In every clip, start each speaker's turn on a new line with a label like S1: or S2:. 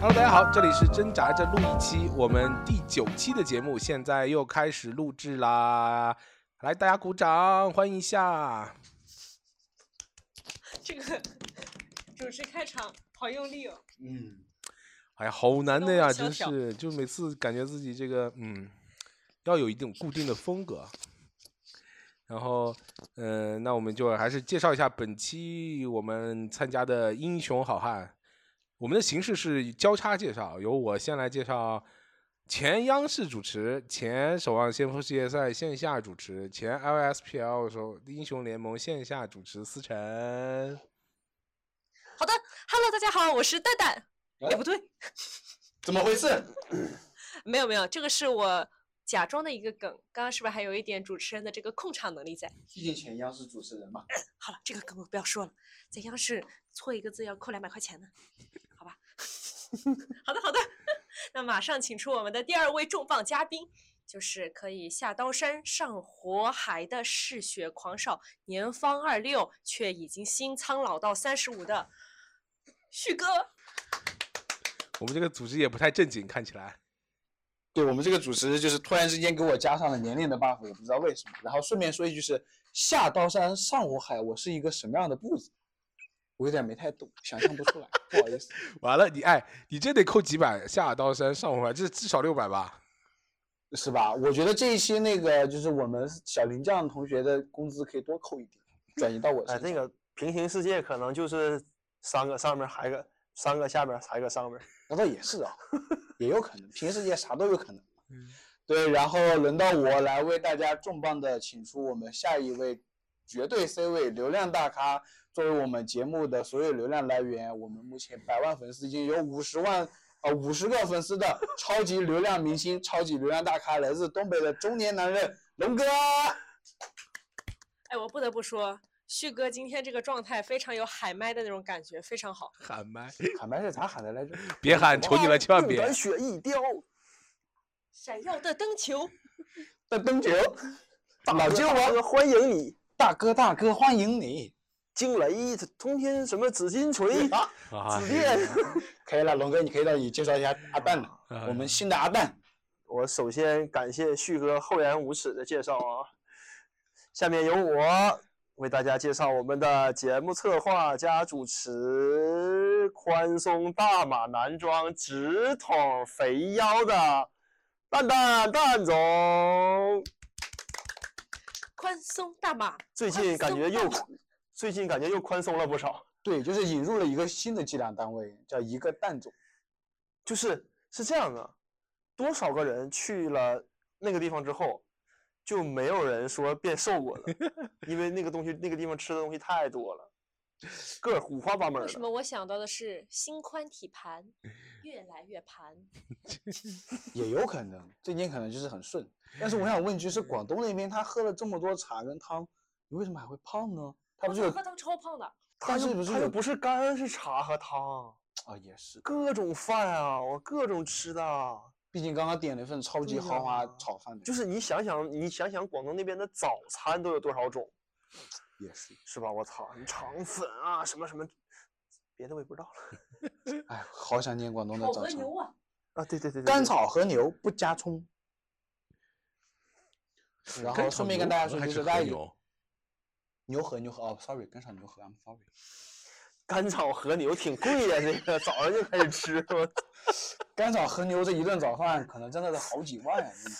S1: Hello，大家好，这里是挣扎着录一期，我们第九期的节目，现在又开始录制啦！来，大家鼓掌，欢迎一下。
S2: 这个主持开场好用力哦，
S3: 嗯，
S1: 哎呀，好难的呀，
S2: 稍
S1: 真
S2: 小
S1: 是，就每次感觉自己这个，嗯，要有一定固定的风格。然后，嗯、那我们就还是介绍一下本期我们参加的英雄好汉。我们的形式是交叉介绍，由我先来介绍前央视主持、前守望先锋世界赛线下主持、前 LSPL 手英雄联盟线下主持思辰。
S2: 好的，Hello，大家好，我是蛋蛋。
S3: 哎
S2: 哎，不对，
S3: 怎么回事？
S2: 没有没有，这个是我假装的一个梗。刚刚是不是还有一点主持人的这个控场能力在？
S3: 毕竟前央视主持人嘛。
S2: 好了，这个梗我不要说了，在央视错一个字要扣两百块钱呢，好吧？好的好的， 那马上请出我们的第二位重磅嘉宾，就是可以下刀山上火海的嗜血狂少，年方二六却已经新苍老到三十五的旭哥。
S1: 我们这个组织也不太正经，看起来。
S3: 对我们这个主持就是突然之间给我加上了年龄的 buff，我不知道为什么。然后顺便说一句是下刀山上火海，我是一个什么样的步子？我有点没太懂，想象不出来，不好意思。
S1: 完了，你哎，你这得扣几百，下刀山上五百，这至少六百吧？
S3: 是吧？我觉得这一期那个就是我们小林酱同学的工资可以多扣一点，转移到我
S4: 哎，
S3: 身上。
S4: 这个平行世界可能就是三个上面还个三个下面还 个上面。
S3: 那倒也是啊，也有可能，平时也啥都有可能。对，然后轮到我来为大家重磅的请出我们下一位绝对 C 位流量大咖，作为我们节目的所有流量来源，我们目前百万粉丝已经有五十万呃五十个粉丝的超级流量明星、超级流量大咖，来自东北的中年男人龙哥。
S2: 哎，我不得不说，旭哥今天这个状态非常有喊麦的那种感觉，非常好。
S1: 喊麦，
S3: 喊麦是咋喊的来着？
S1: 别喊，求你了，千万别
S4: 短！哦雪一雕，
S2: 闪耀的灯球，
S3: 在灯球，老
S4: 金
S3: 金
S4: 王
S3: 王
S4: 欢迎你，
S3: 大哥大哥欢迎你。
S4: 惊雷通天什么紫金锤
S3: 啊
S1: 啊
S4: 紫电。
S3: 可以了，龙哥，你可以到你介绍一下阿蛋了，
S1: 哎
S3: 我们新的阿蛋。
S4: 我首先感谢旭哥厚颜无耻的介绍啊，下面由我为大家介绍我们的节目策划加主持，宽松大码男装直筒肥腰的蛋蛋蛋总。
S2: 宽松大马。
S4: 最
S2: 宽
S4: 近感
S2: 松
S4: 觉
S2: 大
S4: 又
S2: 马
S4: 最近感觉又宽松了不少，
S3: 对，就是引入了一个新的计量单位，叫一个蛋总。
S4: 就是是这样的，多少个人去了那个地方之后，就没有人说变瘦过了，因为那个东西那个地方吃的东西太多了，个儿五花八门
S2: 为
S4: 儿
S2: 什
S4: 的。
S2: 么我想到的是心宽体盘，越来越盘？
S3: 也有可能，最近可能就是很顺。但是我想问一句，是广东那边他喝了这么多茶跟汤，你为什么还会胖呢？他不是有
S2: 喝汤超胖的，
S4: 它
S3: 但
S4: 又
S3: 是不是
S4: 它又
S3: 有
S4: 不是干儿是茶和汤，
S3: 啊、也是，
S4: 各种饭啊，我各种吃的啊，
S3: 毕竟刚刚点了一份超级
S4: 对
S3: 豪华
S4: 呀
S3: 炒饭的，
S4: 就是你想想，你想想广东那边的早餐都有多少种，
S3: 也是。
S4: 是吧？我操，你肠粉啊，什么什么，别的我也不知道了
S3: 哎，好想念广东的
S2: 炒
S3: 早
S2: 和
S3: 餐。
S2: 牛啊！
S4: 啊。对对对对，
S3: 干
S4: 对
S3: 炒和牛不加葱。然后顺便跟大家说，
S1: 还
S3: 就是是大家
S1: 和
S3: 有
S1: 牛，
S3: 牛河牛河哦，sorry，干炒牛河，I'm sorry。
S4: 干炒和牛挺贵呀、这个早上就开始吃，我
S3: 干炒和牛这一顿早饭可能真的是好几万呀、啊真的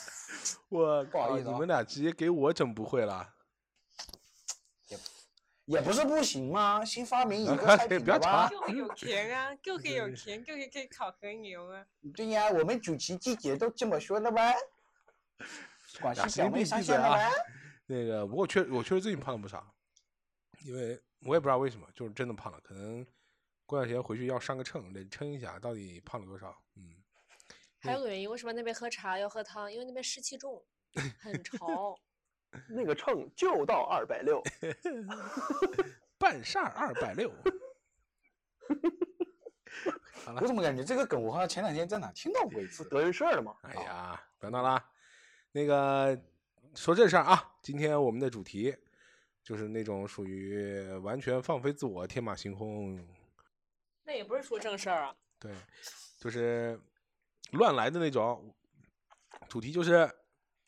S1: 我
S3: 不好
S1: 靠
S3: 意思
S1: 你
S3: 啊
S1: 们俩直接给我整不会了。
S3: 也不是不行吗？新发明一个
S1: 可
S3: 菜
S1: 以
S3: 品
S1: 不要
S3: 的
S1: 查
S3: 吧
S2: 就是有钱啊，就是有钱，就是可以烤和牛啊。
S3: 对呀，我们主持季节都这么说的呗。广
S1: 啊
S3: 西
S1: 神
S3: 小
S1: 经
S3: 妹
S1: 病
S3: 上
S1: 闭嘴
S3: 线了
S1: 啊
S3: 呗。！
S1: 那个，不过确我确实最近胖了不少，因为我也不知道为什么，就是真的胖了。可能过段时间回去要上个秤，得称一下到底胖了多少。嗯，
S2: 还有个原因，为什么那边喝茶要喝汤？因为那边湿气重，很 潮。
S4: 那个秤就到二百六。
S1: 半扇二百六。好
S3: 我
S1: 了，
S3: 怎么感觉这个梗我好像前两天在哪听到过一次？
S4: 德云社的嘛。啊
S1: 哎呀，不要闹啦。那个说正事儿啊，今天我们的主题就是那种属于完全放飞自我、天马行空，
S2: 那也不是说正事儿啊，
S1: 对，就是乱来的那种。主题就是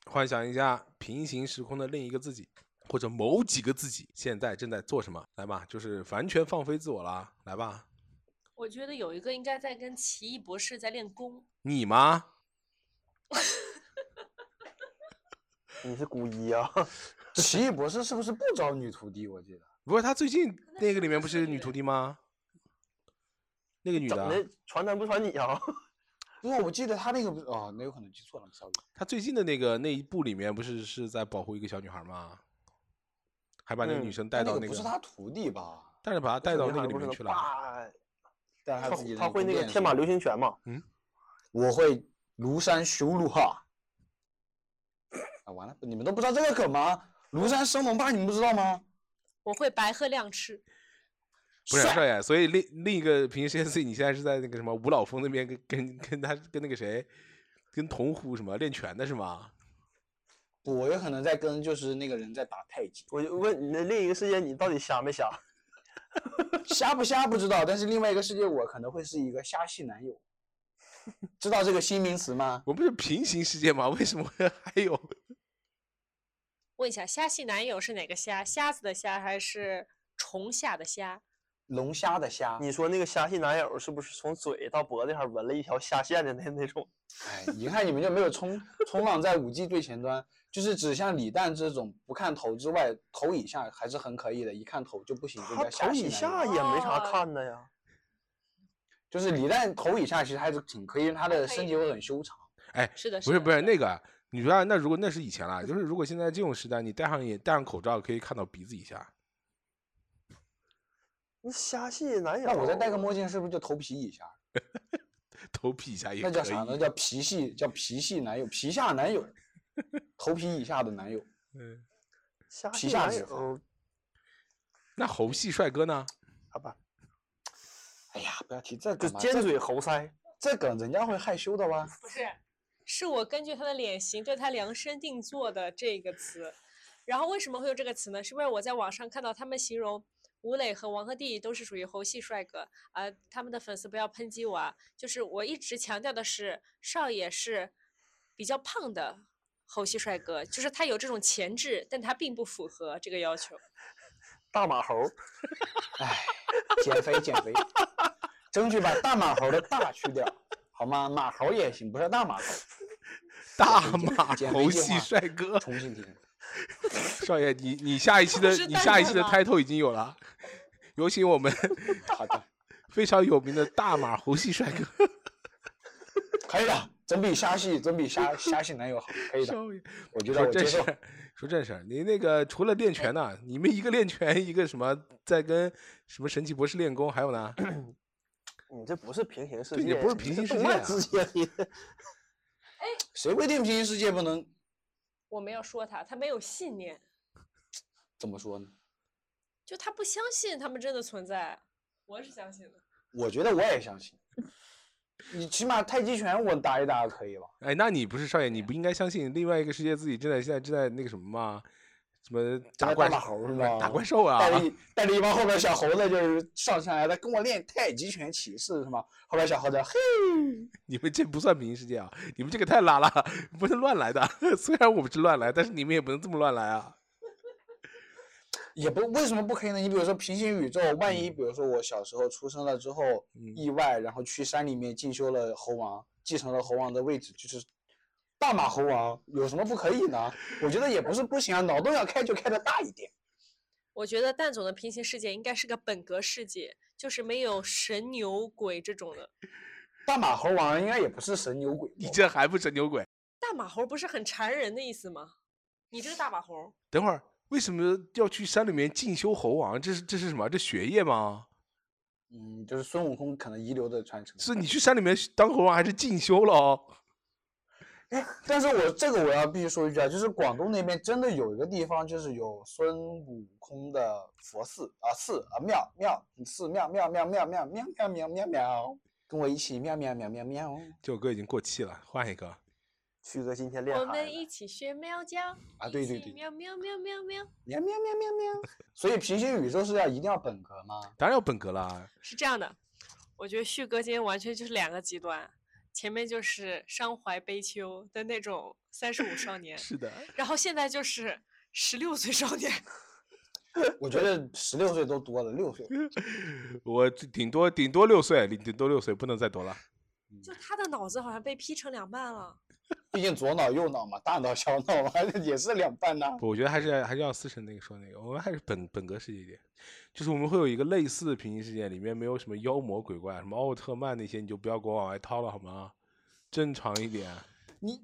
S1: 幻想一下平行时空的另一个自己，或者某几个自己现在正在做什么。来吧，就是完全放飞自我了。来吧，
S2: 我觉得有一个应该在跟奇异博士在练功，
S1: 你吗？
S4: 你是古一啊？
S3: 奇异博士是不是不招女徒弟？我记得
S1: 不是他最近那
S2: 那
S1: 个
S2: 时候
S1: 里面
S2: 是
S1: 不
S2: 个
S1: 是
S2: 女
S1: 女
S2: 的
S1: 徒弟吗？那个女
S4: 怎么
S1: 的，啊
S4: 的？传男不传女啊？
S3: 不过我记得他那个不是哦，那有可能记错了，sorry。
S1: 她最近的那个那一部里面不是是在保护一个小女孩吗？还把那个女
S4: 嗯
S1: 生带
S3: 但那
S1: 到
S3: 个
S1: 那
S3: 不
S1: 个
S3: 是，他徒弟吧？
S1: 但是把她带到那个里
S4: 不是
S1: 面
S4: 能
S1: 去了。
S4: 叭
S3: 但
S4: 他
S3: 他自己
S4: 他会那个
S3: 宫殿
S4: 天马
S3: 是吧，
S4: 流星拳嘛？，
S3: 我会庐山修路哈。啊，完了，你们都不知道这个梗吗？庐山升龙霸，你们不知道吗？
S2: 我会白鹤亮翅。
S1: 不是
S2: 帅
S1: 少爷，所以另另一个平行世界自己，你现在是在那个什么五老峰那边跟跟跟他跟那个谁，跟童虎什么练拳的是吗？
S3: 不，我有可能在跟就是那个人在打太极
S4: 我就问你，那另一个世界你到底瞎没瞎？
S3: 瞎不瞎不知道，但是另外一个世界我可能会是一个虾系男友，知道这个新名词吗？
S1: 我不是平行世界吗？为什么会还有？
S2: 问一下，虾系男友是哪个虾？虾子的虾还是虫下的虾？
S3: 龙虾的虾，
S4: 你说那个虾系男友是不是从嘴到脖子上纹了一条虾线的那那种？
S3: 哎，遗憾你们就没有冲冲浪在五 G 最前端，就是指向李诞这种不看头之外，头以下还是很可以的，一看头就不行，就
S4: 他
S3: 叫虾
S4: 头
S3: 系
S4: 以
S3: 男
S4: 下
S3: 友。
S4: 也没啥
S2: 哦
S4: 看的呀。
S3: 就是李诞头以下其实还是挺可以，因为他的
S2: 可
S3: 身
S2: 以
S3: 体会很修长。
S1: 哎，
S2: 是的，
S1: 不是
S2: 的
S1: 不是
S2: 的
S1: 那个，你说啊那如果那是以前啦，就是如果现在这种时代，你戴上眼戴上口罩可以看到鼻子以下，
S4: 那虾系男友，
S3: 那我再戴个墨镜，是不是就头皮以下？
S1: 头皮以下也
S3: 那叫
S1: 可以
S3: 啥。呢？叫皮系，叫皮系男友，皮下男友，头皮以下的男友。
S1: 嗯，
S4: 虾
S3: 皮
S4: 系
S3: 下
S4: 男
S3: 脂肪
S4: 友，
S1: 那猴系帅哥呢？
S4: 好吧，
S3: 哎呀，不要提这
S4: 就
S3: 梗嘛，
S4: 尖
S3: 这
S4: 嘴猴腮。
S3: 这梗人家会害羞的哇。
S2: 不是，是我根据他的脸型对他量身定做的这个词。然后为什么会有这个词呢？是不是我在网上看到他们形容吴磊和王鹤棣都是属于猴系帅哥？呃，他们的粉丝不要抨击我啊！就是我一直强调的是，少爷是比较胖的猴系帅哥，就是他有这种潜质，但他并不符合这个要求。
S4: 大马猴，
S3: 哎，减肥减肥，争取把大马猴的大去掉，好吗？马猴也行，不是大马猴。
S1: 大
S3: 肥减
S1: 马
S3: 减肥
S1: 猴
S3: 计
S1: 系
S3: 划
S1: 帅哥，
S3: 重新听，
S1: 少爷，你你下一期的
S2: 是
S1: 你
S2: 单
S1: 下一
S2: 身
S1: 期的
S2: 吗
S1: title 已经有了，有请我们
S3: 好的，
S1: 非常有名的大马猴系帅哥
S3: 可以的，真比虾系真比虾虾系男友好，可以 的，
S1: 少爷。
S3: 我觉得
S1: 说
S3: 我接
S1: 正事
S3: 受。
S1: 儿，说正事儿，你那个除了练拳呢、你们一个练拳，一个什么在跟什么神奇博士练功，还有呢？
S4: 你这不是平行世
S1: 对
S4: 界，
S1: 你不是平
S4: 这
S1: 行世
S4: 动
S1: 界
S4: 漫
S1: 啊
S4: 世界里的。
S3: 谁规定平行世界不能
S2: 我没有说他，他没有信念，
S3: 怎么说呢？
S2: 就他不相信他们真的存在。我是相信的。
S3: 我觉得我也相信。你起码太极拳我打一打可以吧？
S1: 哎，那你不是少爷，你不应该相信另外一个世界自己正在现在正在那个什么吗？什么
S3: 正
S1: 打
S3: 在
S1: 怪
S3: 大
S1: 兽
S3: 马猴是
S1: 打
S3: 吧
S1: 怪兽啊
S3: 带？着一带着一帮后边小猴子，就是上上来的跟我练太极拳起势是吗？后边小猴子嘿，
S1: 你们这不算平行世界啊！你们这个太拉了，不能乱来的。 虽然我们是乱来，但是你们也不能这么乱来啊！
S3: 也不为什么不可以呢？你比如说平行宇宙，万一比如说我小时候出生了之后、
S1: 嗯
S3: 意外，然后去山里面进修了猴王，继承了猴王的位置，就是大马猴王，有什么不可以呢？我觉得也不是不行啊，脑洞要开就开的大一点。
S2: 我觉得蛋总的平行世界应该是个本格世界，就是没有神牛鬼这种的。
S3: 大马猴王应该也不是神牛鬼
S1: 你
S3: 吧，
S1: 这还不是牛鬼？
S2: 大马猴不是很缠人的意思吗？你这个大马猴，
S1: 等会儿为什么要去山里面进修猴王？这是这是什么？这学业吗？
S3: 嗯，就是孙悟空可能遗留的传承。
S1: 是你去山里面当猴王还是进修了哦？
S3: 哎， 但是我这个我要必须说一句啊，就是广东那边真的有一个地方，就是有孙悟空的佛寺啊寺啊庙庙寺庙庙庙庙庙庙庙庙庙庙，跟我一起喵喵喵喵喵。
S1: 这首歌已经过气了，换一个。
S4: 旭哥今天练
S2: 我
S4: 嗨了
S2: 们一起学喵叫
S3: 啊
S2: 一
S3: 对对
S2: 起
S3: 对
S2: 喵喵喵喵喵，
S3: 喵喵喵喵喵。所以平行宇宙是要一定要本格吗？
S1: 当然要本格啦，啊
S2: 是这样的。我觉得旭哥今天完全就是两个极端，前面就是伤怀悲秋的那种三十五少年，
S1: 是的，
S2: 然后现在就是十六岁少年。
S3: 我觉得十六岁都多了，六岁。
S1: 我这顶多顶多六岁，顶顶多六岁，不能再多了。
S3: 嗯
S2: 就他的脑子好像被劈成两半了。
S3: 毕竟左脑右脑嘛，大脑小脑嘛， 也是两半呐、
S1: 不，我觉得还是还是要思成那个说那个，我们还是本本格世界一点，就是我们会有一个类似的平行世界，里面没有什么妖魔鬼怪，什么奥特曼那些，你就不要给我往外掏了好吗？正常一点。
S3: 你，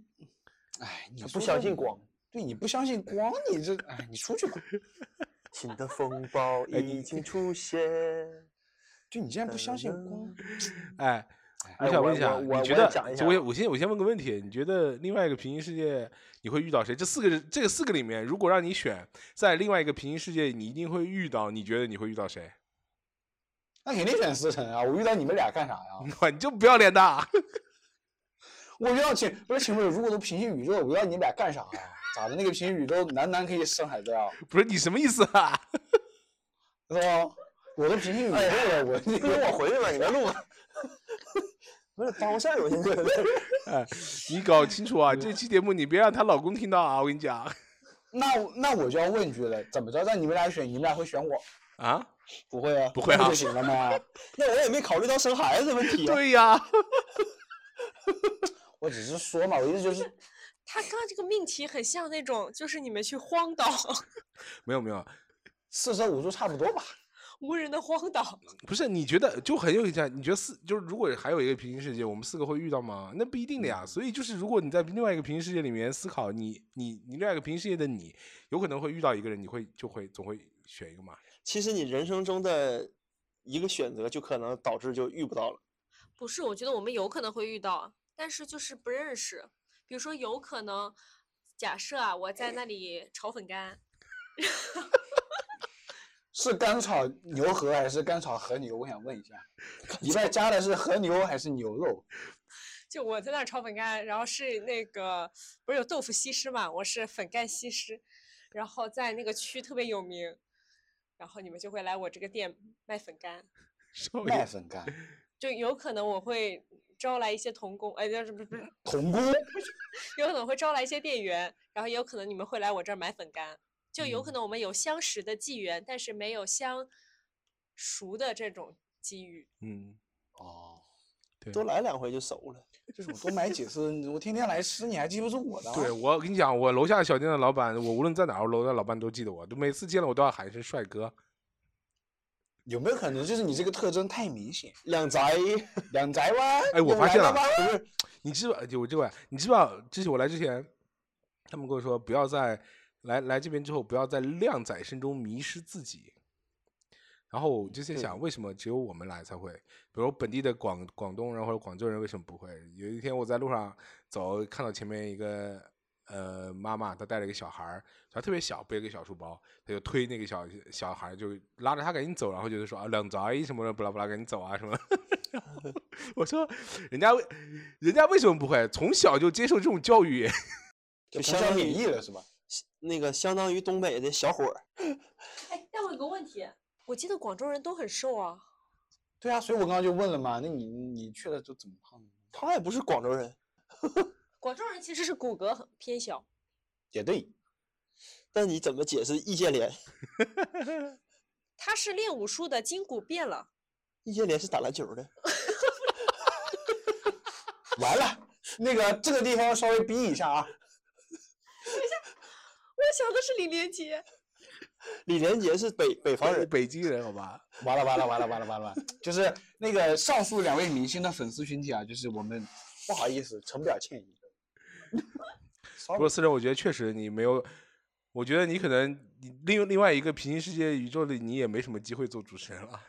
S3: 哎，你
S4: 他不
S3: 说
S4: 相
S3: 到
S4: 信
S3: 你
S4: 光，
S3: 对你不相信光，你这，哎，你出去吧。
S4: 新的风暴
S1: 哎你
S4: 已经出现。
S3: 就你竟然不相信 光，
S1: 哎，我
S4: 哎
S1: 想
S4: 我
S1: 问一下，
S4: 我我
S1: 你觉
S4: 我也
S1: 得
S4: 讲一下
S1: 我也
S4: 吧
S1: 我先我先问个问题，你觉得另外一个平行世界你会遇到谁？这四个人这个四个里面，如果让你选，在另外一个平行世界你一定会遇到，你觉得你会遇到谁？
S3: 那肯定选思成啊！我遇到你们俩干啥
S4: 嗯
S3: 呀？
S1: 你就不要脸的，
S3: 我遇到请不是请问，如果都平行宇宙，我遇到你们俩干啥呀？咋的？那个平行宇宙男男可以生孩子呀？
S1: 不是你什么意思啊？
S3: 是吧？我都平行宇宙了，我
S4: 哎不行，我回去了，你们 录吧。不是耽误事儿，我现 在。
S1: 哎，你搞清楚 啊！这期节目你别让她老公听到啊！我跟你讲
S3: 那我那我就要问一句了，怎么着让你们俩选？你们俩会选我？
S1: 啊，
S3: 不会啊，
S1: 不会啊
S3: 那就行了嘛。
S4: 那我也没考虑到生孩子的问题啊。
S1: 对呀、
S3: 我只是说嘛，我意思就是，
S2: 他刚刚这个命题很像那种，就是你们去荒岛，
S1: 没有没有，
S3: 四舍五入差不多吧。
S2: 无人的荒岛。
S1: 不是你觉得就很有印象？你觉得四就是如果还有一个平行世界，我们四个会遇到吗？那不一定的呀。所以就是如果你在另外一个平行世界里面思考你你你另外一个平行世界的你，有可能会遇到一个人，你会就会总会选一个嘛？
S4: 其实你人生中的一个选择，就可能导致就遇不到了。
S2: 不是，我觉得我们有可能会遇到，但是就是不认识。比如说，有可能，假设啊，我在那里炒粉干，
S3: 是干炒牛河还是干炒和牛？我想问一下，里面加的是和牛还是牛肉？
S2: 就我在那儿炒粉干，然后是那个不是有豆腐西施嘛，我是粉干西施，然后在那个区特别有名，然后你们就会来我这个店卖粉干，
S1: 少
S3: 麦
S1: 爷，
S3: 粉干，
S2: 就有可能我会招来一些童工，哎，那是不是不是，
S3: 铜锅。
S2: 有可能会招来一些店员，然后也有可能你们会来我这儿买粉干，就有可能我们有相识的机缘，但是没有相熟的这种机遇。
S1: 嗯，
S3: 哦，
S1: 对，
S4: 多来两回就熟了。
S3: 就是我多买几次，我天天来吃，你还记不住我的？啊
S1: 对，我跟你讲，我楼下小店的老板，我无论在哪儿，我楼下老板都记得我，都每次见了我都要喊一声帅哥。
S3: 有没有可能就是你这个特征太明显？
S4: 两宅，
S3: 两宅湾，
S1: 哎我
S3: 有
S1: 发
S3: 来
S1: 现
S3: 了
S1: 了
S3: 吗？
S4: 不是
S1: 你知道，就我这块，你知道，之前我来之前，他们跟我说不要在来来这边之后，不要在靓仔声中迷失自己。然后我就在
S4: 对
S1: 想，为什么只有我们来才会？比如本地的广广东人或者广州人为什么不会？有一天我在路上走，看到前面一个呃妈妈，她带了一个小孩儿，小孩特别小，背了个小书包，她就推那个小小孩儿，就拉着他赶紧走，然后就是说啊靓仔什么的，不啦不啦，赶紧走啊什么的。然后我说，人家为人家为什么不会？从小就接受这种教育，
S4: 就
S3: 同
S4: 相
S3: 乡
S4: 当
S3: 免
S4: 于
S3: 疫了是吧？
S4: 那个相当于东北的小伙儿，
S2: 哎，但我有个问题，我记得广州人都很瘦啊，
S3: 对啊，所以我刚刚就问了嘛，那你你去了就怎么胖？
S4: 他也不是广州人，
S2: 广州人其实是骨骼很偏小，
S3: 也对，
S4: 但你怎么解释易建联？
S2: 他是练武术的，筋骨变了。
S4: 易建联是打篮球的，
S3: 完了，那个这个地方稍微逼一下啊。
S2: 我想的是李连杰，
S4: 李连杰是北 北方人。
S1: 北京人好吧？
S3: 完了完了完了完了完了完了，就是那个上述两位明星的粉丝群体啊，就是我们不好意思，诚表歉意。
S1: 不过思成，我觉得确实你没有，我觉得你可能你另另外一个平行世界宇宙里，你也没什么机会做主持人了。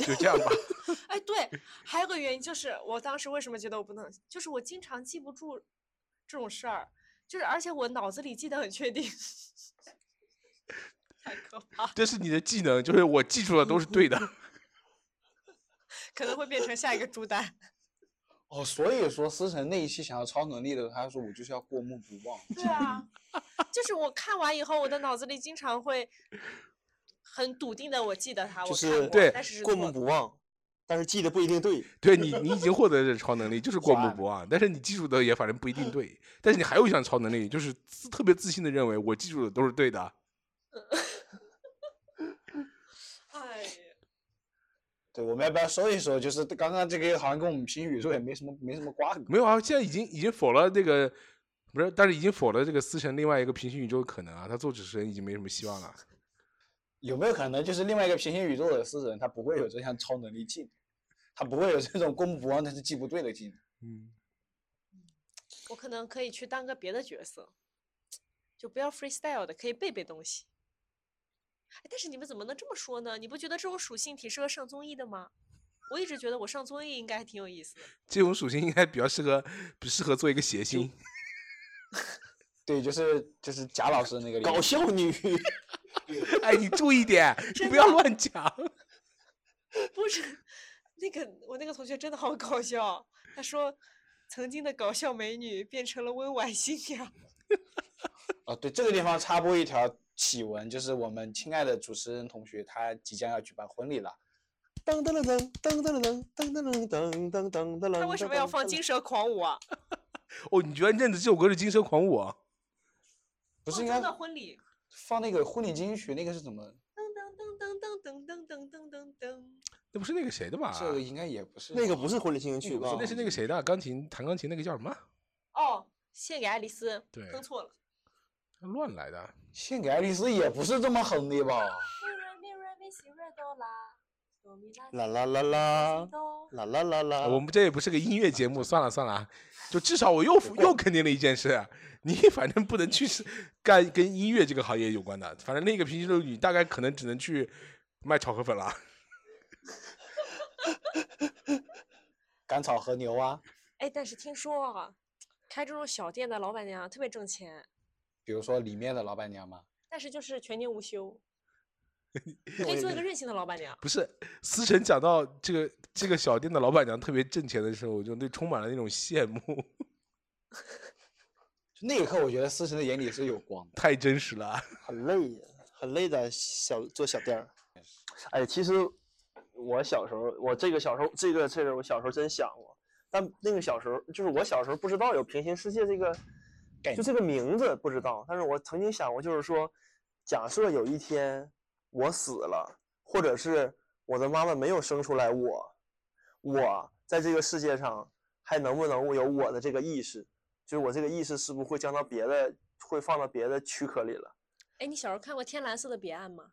S1: 就这样吧，
S2: 哎，对，还有个原因就是我当时为什么觉得我不能，就是我经常记不住这种事儿，就是而且我脑子里记得很确定， 太可怕了，
S1: 这是你的技能，就是我记住的都是对的。
S2: 可能会变成下一个朱丹。
S3: 哦，所以说思成那一期想要超能力的，他说我就是要过目不忘。
S2: 对啊，就是我看完以后，我的脑子里经常会很笃定的，我记得他，
S4: 就
S2: 我看
S4: 是
S2: 过
S1: 对
S2: 但是是
S4: 过
S2: 错
S4: 目
S2: 的
S4: 不忘，但是记得不一定对。
S1: 对你，你已经获得这超能力，就是过目
S3: 算
S1: 不忘。但是你记住的也反正不一定对。但是你还有一项超能力，就是自特别自信的认为我记住的都是对的。
S2: 哎呀，
S3: 对，我们要不要说一说？就是刚刚这个好像跟我们平行宇宙也没什么没什么瓜葛。
S1: 没有啊，现在已经已经否了这个，不是，但是已经否了这个思辰另外一个平行宇宙的可能啊。他做主持人已经没什么希望了。
S3: 有没有可能就是另外一个平行宇宙的诗人，他不会有这项超能力技能，他不会有这种过目不忘但是记不对的技能？
S1: 嗯，
S2: 我可能可以去当个别的角色，就不要 freestyle 的，可以背背东西。哎，但是你们怎么能这么说呢？你不觉得这种属性挺适合上综艺的吗？我一直觉得我上综艺应该还挺有意思的。
S1: 这种属性应该比较适合，不适合做一个谐星。
S3: 对，就是就是贾老师的那个理
S4: 搞
S3: 论
S4: 笑女，
S1: 哎，你注意 点，你不要乱讲。
S2: 不是，那个我那个同学真的好搞笑，他说曾经的搞笑美女变成了温婉新娘。
S3: 哦，对，这个地方插播一条启文，就是我们亲爱的主持人同学，他即将要举办婚礼了。
S4: 噔噔噔噔噔噔噔噔噔噔噔噔噔。
S2: 他为什么要放《金蛇狂舞》啊？
S1: 哦，你居然认得这首歌是《金蛇狂舞》啊？
S3: 不是
S2: 放
S3: 应
S2: 张
S3: 该
S2: 哦的婚礼。
S3: 放那个婚礼金曲，那个是怎么？
S2: 噔噔噔噔噔噔噔噔噔噔。
S1: 那不是那个谁的吧？
S3: 这个应该也不是
S4: 啊那个不是婚礼进行曲
S3: 那个
S4: 吧
S3: 不？
S1: 那是那个谁的？钢琴弹钢琴那个叫什么？
S2: 哦，献给爱丽丝。
S1: 对
S2: 哼错了。
S1: 乱来的。啊
S3: 献给爱丽丝，也不是这么哼的吧？
S4: 啦啦啦啦啦啦啦啦。
S1: 我们这也不是个音乐节目，算了算了啊，就至少我又又肯定了一件事，你反正不能去是干跟音乐这个行业有关的，反正那个平行宇宙你大概可能只能去卖炒河粉了。
S3: 甘草和牛啊，
S2: 哎，但是听说啊，开这种小店的老板娘特别挣钱，
S3: 比如说里面的老板娘嘛。
S2: 但是就是全年无 休，可以做一个任性的老板娘。
S1: 不是，思辰讲到这个这个小店的老板娘特别挣钱的时候，我就对充满了那种羡慕，
S3: 就那一刻，我觉得思辰的眼里是有光的。
S1: 太真实了。
S4: 很累呀，很累的小做小店儿。哎，其实我小时候，我这个小时候，这个这个我小时候真想过，但那个小时候就是我小时候不知道有平行世界这个
S3: 概
S4: 就这个名字不知道，但是我曾经想过，就是说，假设有一天我死了，或者是我的妈妈没有生出来我，我在这个世界上还能不能有我的这个意识？就是我这个意识是不是会降到别的，会放到别的躯壳里了？
S2: 哎，你小时候看过《天蓝色的彼岸》吗？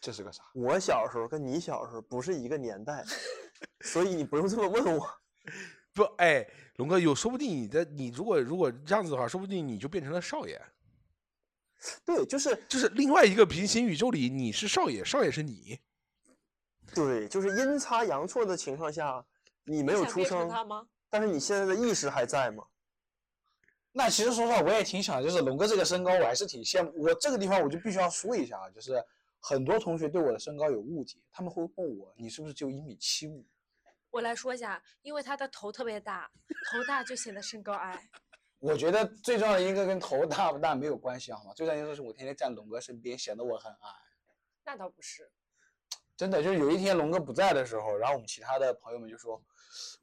S3: 这是个啥？
S4: 我小时候跟你小时候不是一个年 代，所以你不用这么问我。
S1: 不，哎，龙哥，有说不定你的你如果如果这样子的话，说不定你就变成了少爷，
S4: 对，就是
S1: 就是另外一个平行宇宙里你是少爷，少爷是你。
S4: 对，就是阴差阳错的情况下，你没
S2: 你
S4: 有
S2: 想
S4: 出
S2: 变成
S4: 生，
S2: 他吗？
S4: 但是你现在的意识还在吗？
S3: 那其实说实话，我也挺想，就是龙哥这个身高，我还是挺羡慕。我这个地方我就必须要说一下啊，就是很多同学对我的身高有误解，他们会问我，你是不是只有一米七五？
S2: 我来说一下，因为他的头特别大，头大就显得身高矮。
S3: 我觉得最重要的一个跟头大不大没有关系，好吗？最重要的是我天天站龙哥身边，显得我很矮。
S2: 那倒不是，
S3: 真的，就是有一天龙哥不在的时候，然后我们其他的朋友们就说：“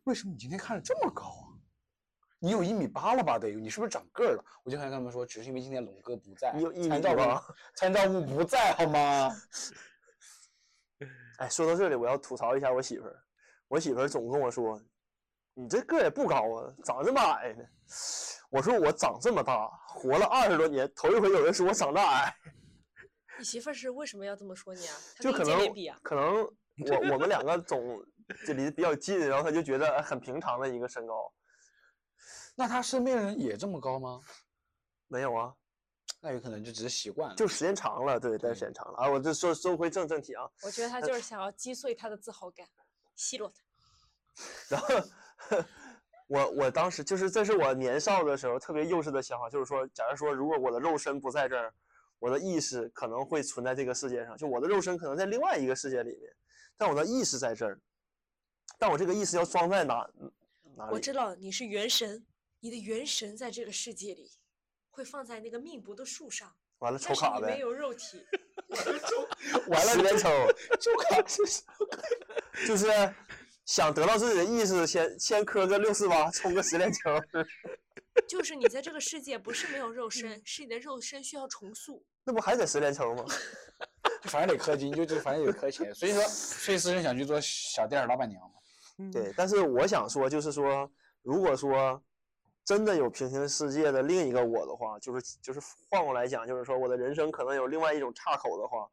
S3: 为什么你今天看着这么高啊？你有一米八了吧？得有，你是不是长个儿了？”我就想跟他们说，只是因为今天龙哥不在，
S4: 你有一
S3: 参
S4: 米
S3: 照物
S4: 八，
S3: 参照物不在，好 吗？
S4: 哎，说到这里，我要吐槽一下我媳妇儿。我媳妇儿总跟我说：“你这个儿也不高啊，长这么矮呢。”我说：“我长这么大，活了二十多年，头一回有人说我长那矮。”
S2: 你媳妇儿是为什么要这么说你啊？她
S4: 就
S2: 跟
S4: 可
S2: 你姐妹
S4: 能
S2: 比啊？
S4: 可能我我们两个总 就离得比较近，然后他就觉得很平常的一个身高。
S3: 那他身边人也这么高吗？
S4: 没有啊，
S3: 那有可能就只是习惯了。
S4: 就时间长了，对，但是时间长了啊。我这说说回正正题啊，
S2: 我觉得她就是想要击碎她的自豪感，奚落她。
S4: 然后我我当时就是这是我年少的时候特别幼稚的想法，就是说，假如说如果我的肉身不在这儿，我的意识可能会存在这个世界上，就我的肉身可能在另外一个世界里面，但我的意识在这儿，但我这个意识要装在哪哪里？
S2: 我知道你是元神，你的元神在这个世界里会放在那个命不的树上，
S4: 完了抽
S2: 但是
S4: 卡
S2: 你没
S4: 呗，
S2: 有肉体。
S4: 完了别抽。
S3: 就看
S4: 就是想得到自己的意识，先先磕个六四八，冲个十连球。
S2: 就是你在这个世界不是没有肉
S4: 嗯
S2: 身，是你的肉身需要重塑。
S4: 那不还得十连球吗？
S3: 反正得氪金，就就反正得氪钱。所以说，所以思深想去做小店儿老板娘嘛。
S1: 嗯
S4: 对，但是我想说，就是说，如果说真的有平行世界的另一个我的话，就是就是换过来讲，就是说我的人生可能有另外一种岔口的话，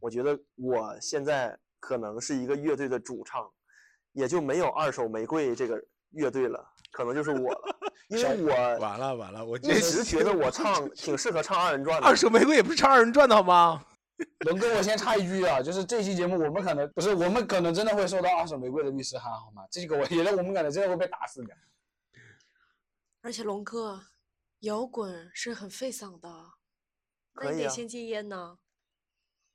S4: 我觉得我现在可能是一个乐队的主唱，也就没有二手玫瑰这个乐队了，可能就是我了，因 为我
S1: 嗯完了完了，我
S4: 一
S1: 这
S4: 直觉得 我唱挺适合唱二人转的
S1: 二。手玫瑰也不是唱二人转的好吗？
S3: 伦哥，我先插一句啊，就是这期节目我们可能不是，我们可能真的会受到二手玫瑰的律师函，好吗？这个我觉得我们可能真的会被打死的。
S2: 而且龙哥，摇滚是很费嗓的，那
S4: 可
S2: 你
S4: 以
S2: 得
S4: 啊
S2: 先戒烟呢。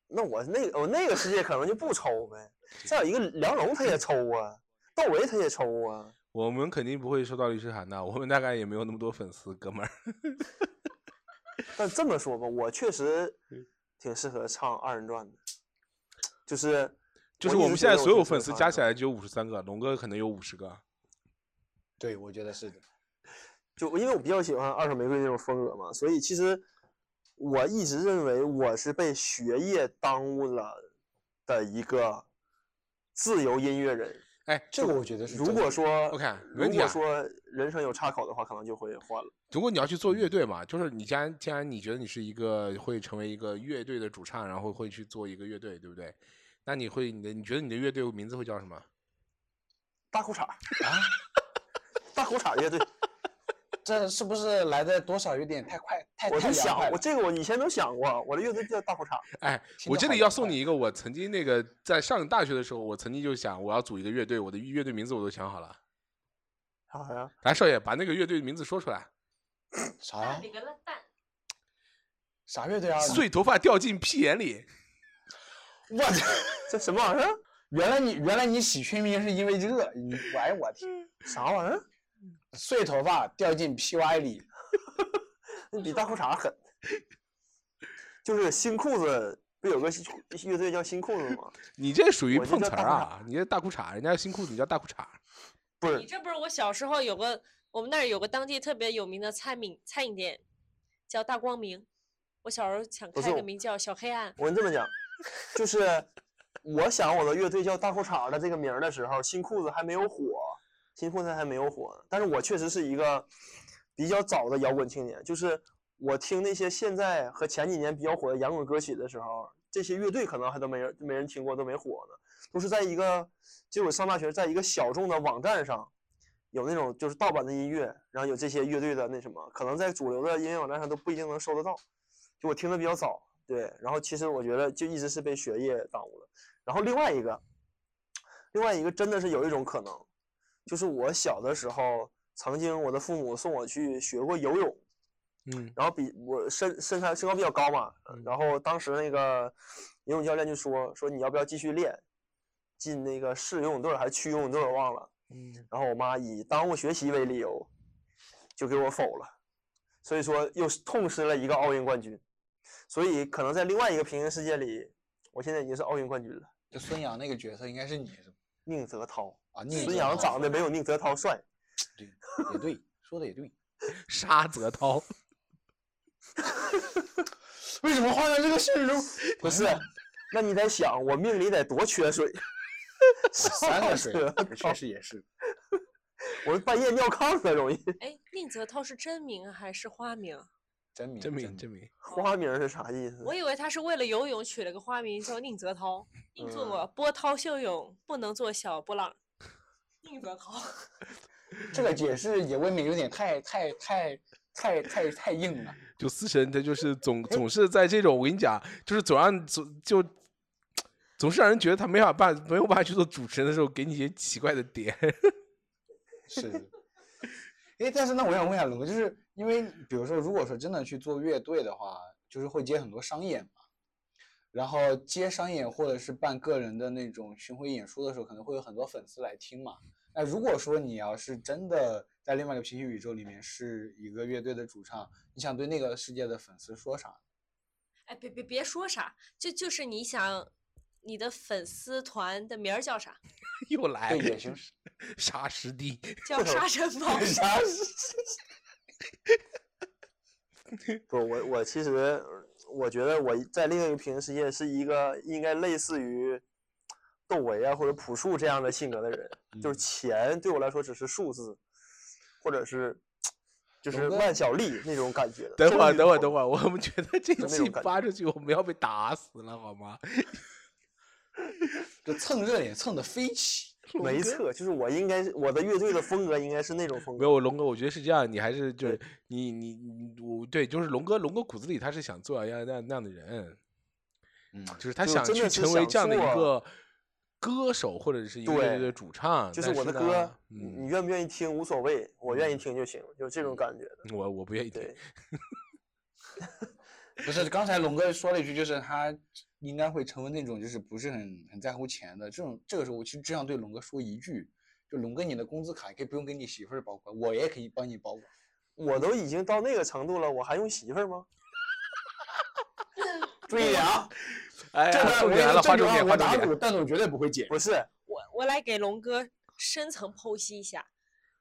S4: 那我那个我那个世界可能就不抽呗。再有一个梁龙他也抽啊，窦唯他也抽啊。
S1: 我们肯定不会收到律师函的，我们大概也没有那么多粉丝，哥们儿。
S4: 但这么说吧，我确实
S1: 嗯
S4: 挺适合唱二人转的，就是
S1: 就是
S4: 我一
S1: 我们
S4: 直
S1: 现
S4: 觉
S1: 在
S4: 得
S1: 所有
S4: 挺适
S1: 粉
S4: 合
S1: 丝
S4: 唱
S1: 加
S4: 的
S1: 起来只有五十三个，龙哥可能有五十个。
S3: 对，我觉得是的。
S4: 就因为我比较喜欢二手玫瑰那种风格嘛，所以其实我一直认为我是被学业耽误了的一个自由音乐人。
S1: 哎，
S3: 这个我觉得是真的。
S4: 如果说
S1: OK，没
S4: 如
S1: 问题
S4: 果
S1: 啊
S4: 说人生有岔口的话，可能就会换了。
S1: 如果你要去做乐队嘛，就是你既然既然你觉得你是一个会成为一个乐队的主唱，然后会去做一个乐队，对不对？那你会你的你觉得你的乐队名字会叫什么？
S4: 大裤衩啊，大裤衩乐队，
S3: 这是不是来的多少有点太快，太
S4: 我
S3: 太凉
S4: 就想
S3: 快
S4: 我
S3: 了？
S4: 这个我以前没有想过，我的乐队叫大裤衩。
S1: 哎，
S3: 听
S1: 我
S3: 着
S1: 这
S3: 好
S1: 里要
S3: 凉
S1: 送
S3: 快
S1: 你一个，我曾经那个在上大学的时候，我曾经就想我要组一个乐队，我的乐队名字我都想好了。
S4: 啥呀？
S1: 来，少爷把那个乐队的名字说出来。
S3: 啥
S4: 啊
S3: 呀
S2: 个烂蛋！
S3: 啥乐队啊？你
S1: 碎头发掉进屁眼里，
S3: 我操！
S4: 这什么玩意儿？
S3: 原来你原来你洗全名是因为这个？你哎我天，
S4: 啥玩意儿？
S3: 碎头发掉进 PY 里，
S4: 那比大裤衩狠。就是新裤子，不有个新乐队叫新裤子吗？
S1: 你这属于
S4: 我就
S1: 碰
S4: 叫
S1: 瓷
S4: 大
S1: 儿
S4: 裤衩
S1: 啊！你这大裤衩，人家新裤子，你叫大裤衩。
S4: 不
S2: 你
S4: 是，
S2: 这不是我小时候有个，我们那儿有个当地特别有名的餐饮餐饮店，叫大光明。我小时候想
S4: 不
S2: 开
S4: 是
S2: 个
S4: 我
S2: 名叫小黑暗，
S4: 我跟你这么讲，就是我想我的乐队叫大裤衩的这个名儿的时候，新裤子还没有火，新裤子还没有火。但是我确实是一个比较早的摇滚青年，就是我听那些现在和前几年比较火的摇滚歌曲的时候，这些乐队可能还都没人没人听过，都没火呢，都是在一个，就我上大学，在一个小众的网站上。有那种就是盗版的音乐，然后有这些乐队的那什么，可能在主流的音乐网站上都不一定能搜得到。就我听的比较早，对。然后其实我觉得就一直是被学业耽误了。然后另外一个，另外一个真的是有一种可能，就是我小的时候，曾经我的父母送我去学过游泳，
S1: 嗯，
S4: 然后比我身身材身高比较高嘛，
S3: 嗯
S4: 然后当时那个游泳教练就说说你要不要继续练，进那个市游泳队儿还是区游泳队儿我忘了，
S3: 嗯
S4: 然后我妈以耽误学习为理由，就给我否了，所以说又是痛失了一个奥运冠军，所以可能在另外一个平行世界里，我现在已经是奥运冠军了，
S3: 就孙杨那个角色应该是你是吧？
S4: 宁泽涛，
S3: 啊，宁
S4: 孙
S3: 泽
S4: 杨
S3: 涛
S4: 长得没有宁泽涛帅，
S3: 对，也对，说的也 对。
S1: 沙泽涛，
S3: 为什么换到这个现实 中？
S4: 不是，那你得想我命里得多缺水，
S3: 三个水
S4: 沙泽，
S3: 确实也是。
S4: 我半夜尿炕了容易。
S2: 哎，宁泽涛是真名还是花名？
S3: 真名，
S1: 真名真名。
S4: 花嗯名儿是啥意思？
S2: 我以为他是为了游泳取了个花名叫宁泽涛，宁做我波涛汹涌，不能做小波浪。宁泽涛，
S3: 这个解释也未免有点太太太太太太硬了。
S1: 就思神，他就是总总是在这种，我跟你讲，就是总让总就总是让人觉得他没法办，没有办法去做主持人的时候，给你一些奇怪的点。
S3: 是。 哎，但是那我想问一下龙哥，就是因为比如说，如果说真的去做乐队的话，就是会接很多商演嘛，然后接商演或者是办个人的那种巡回演出的时候，可能会有很多粉丝来听嘛。那如果说你要是真的在另外一个平行宇宙里面是一个乐队的主唱，你想对那个世界的粉丝说啥？
S2: 哎，别别别说啥，就就是你想你的粉丝团的名儿叫啥？
S1: 又来
S3: 对，也行，。
S1: 沙师弟，
S2: 叫沙尘暴
S3: 啥事？
S4: 不，我我其实我觉得我在另一个平行世界是一个应该类似于窦唯啊或者朴树这样的性格的人，就是
S1: 嗯
S4: 钱对我来说只是数字，或者是就是
S3: 龙哥
S4: 万晓利那种感觉的。
S1: 等
S4: 真
S1: 会儿，
S4: 是
S1: 等会儿，
S4: 懂
S1: 等会儿，我们觉得这
S4: 那
S1: 期
S4: 种感
S1: 发出去我们要被打死了，好吗？
S3: 就蹭热点蹭的飞起。
S4: 没
S1: 龙哥
S4: 错，就是我应该是我的乐队的风格应该是那种风
S1: 没
S4: 格。
S1: 有龙哥，我觉得是这样，你还是就是你你你我对，就是龙哥，龙哥骨子里他是想做那样那样那样的人，
S3: 嗯，
S1: 就是他
S4: 就
S1: 想
S4: 真
S1: 去
S4: 的是
S1: 成为
S4: 想
S1: 这样的一
S4: 做
S1: 个歌手或者是一个乐队
S4: 对
S1: 的主唱，
S4: 就是
S1: 但
S4: 我的
S1: 呢
S4: 歌，你你
S1: 嗯，
S4: 愿不愿意听无所谓，我愿意听就行，就这种感觉的。
S1: 我我不愿意听
S4: 对，
S3: 不是，刚才龙哥说了一句，就是他应该会成为那种就是不是很很在乎钱的这种。这个时候，我其实只想对龙哥说一句，就龙哥，你的工资卡可以不用给你媳妇儿保管，我也可以帮你保管。
S4: 我都已经到那个程度了，我还用媳妇儿吗？
S3: 注意啊，
S1: 哎呀，
S3: 这段
S1: 重
S3: 我
S1: 点来了，
S3: 这
S1: 划
S3: 句
S1: 重
S3: 话
S1: 点，
S3: 啊我
S1: 划
S4: 啊
S1: 重
S3: 打
S1: 点
S3: 赌，，但我绝对不会剪。
S4: 不是，
S2: 我我来给龙哥深层剖析一下，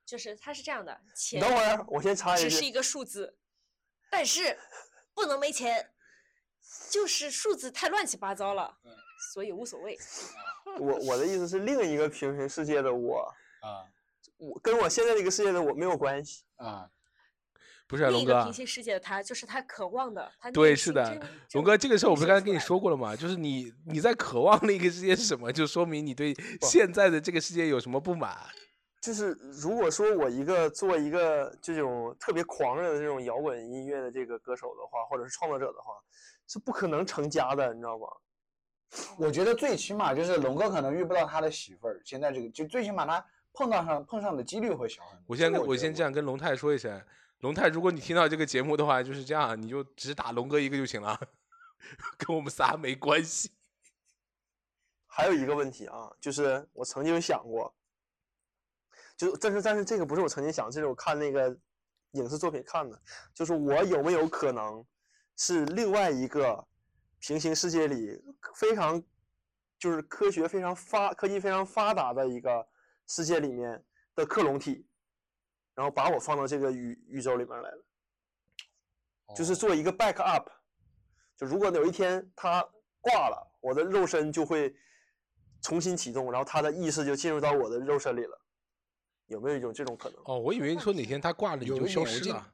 S2: 就是他是这样的，
S4: 你
S2: 钱
S4: 等会儿，我先
S1: 啊
S4: 插一
S2: 只是
S4: 句，
S2: 一个数字，但是不能没钱，就是数字太乱七八糟了，
S1: 嗯
S2: 所以无所谓。
S4: 我我的意思是另一个平行世界的我，
S3: 啊
S4: 我跟我现在这个世界的我没有关系。
S3: 啊，
S1: 不是啊
S2: 另
S1: 龙
S2: 一
S1: 哥
S2: 个
S1: 啊
S2: 平，行世界的他，就是他渴望的，他
S1: 对，
S2: 内
S1: 是
S2: 心
S1: 的
S2: 真，
S1: 龙
S2: 正
S1: 哥，这个事儿我不是
S2: 呈
S1: 刚才
S2: 现
S1: 跟你
S2: 出来
S1: 说过了吗？就是你你在渴望那个世界是什么，就说明你对现在的这个世界有什么不满。
S4: 就是如果说我一个做一个这种特别狂热的这种摇滚音乐的这个歌手的话，或者是创作者的话，是不可能成家的，你知道吗？
S3: 我觉得最起码就是龙哥可能遇不到他的媳妇儿，现在这个就最起码他碰到上碰上的几率会小很多。
S1: 我先
S3: 这
S1: 跟
S3: 个
S1: 我
S3: 觉得
S1: 先这样跟龙太说一声，龙太，如果你听到这个节目的话，就是这样，你就只打龙哥一个就行了， 跟我们仨没关系。
S4: 还有一个问题啊，就是我曾经想过，就但是但是这个不是我曾经想，这是我看那个影视作品看的，就是我有没有可能是另外一个平行世界里非常就是科学非常发科技非常发达的一个世界里面的克隆体，然后把我放到这个宇宇宙里面来了。
S3: 哦
S4: 就是做一个 back up。就如果有一天他挂了，我的肉身就会重新启动，然后他的意识就进入到我的肉身里了。有没有一种这种可能？
S1: 哦，我以为你说哪天他挂了你
S3: 有
S1: 就
S3: 一
S1: 消
S3: 点我
S1: 失
S3: 记
S1: 了。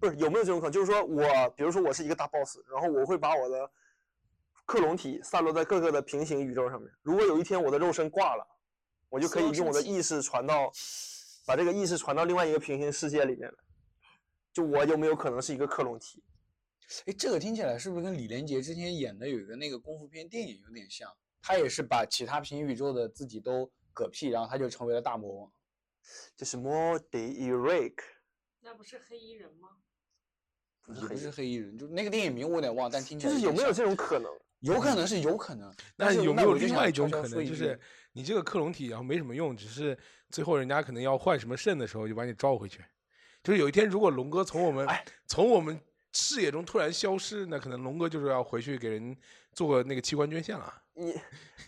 S4: 不是有没有这种可能？就是说我，比如说我是一个大 boss，然后我会把我的克隆体散落在各个的平行宇宙上面。如果有一天我的肉身挂了，我就可以
S2: 死亡
S4: 用我的
S2: 神奇
S4: 意识传到，把这个意识传到另外一个平行世界里面来。就我有没有可能是一个克隆体？
S3: 哎，这个听起来是不是跟李连杰之前演的有一个那个功夫片电影有点像？他也是把其他平行宇宙的自己都嗝屁，然后他就成为了大魔王。
S4: 就是 more the erake。
S2: 那不是黑衣人吗？
S4: 不是
S3: 也
S4: 黑
S3: 不
S4: 人
S3: 是黑衣人，就那个电影名我有点忘，但听起
S4: 就
S3: 来
S4: 是有没有
S3: 点
S4: 这种嗯可能？
S3: 像有可能是有可能，
S1: 那
S3: 但是
S1: 有没
S3: 那
S1: 有
S3: 我就
S1: 另
S3: 想
S1: 外一种
S3: 悄悄
S1: 可
S3: 说
S1: 能，
S3: 一
S1: 就
S3: 句
S1: 是你这个克隆体然后没什么用，只是最后人家可能要换什么肾的时候就把你召回去。就是有一天，如果龙哥从我们
S4: 哎
S1: 从我们视野中突然消失，那可能龙哥就是要回去给人做个那个器官捐献了。
S4: 你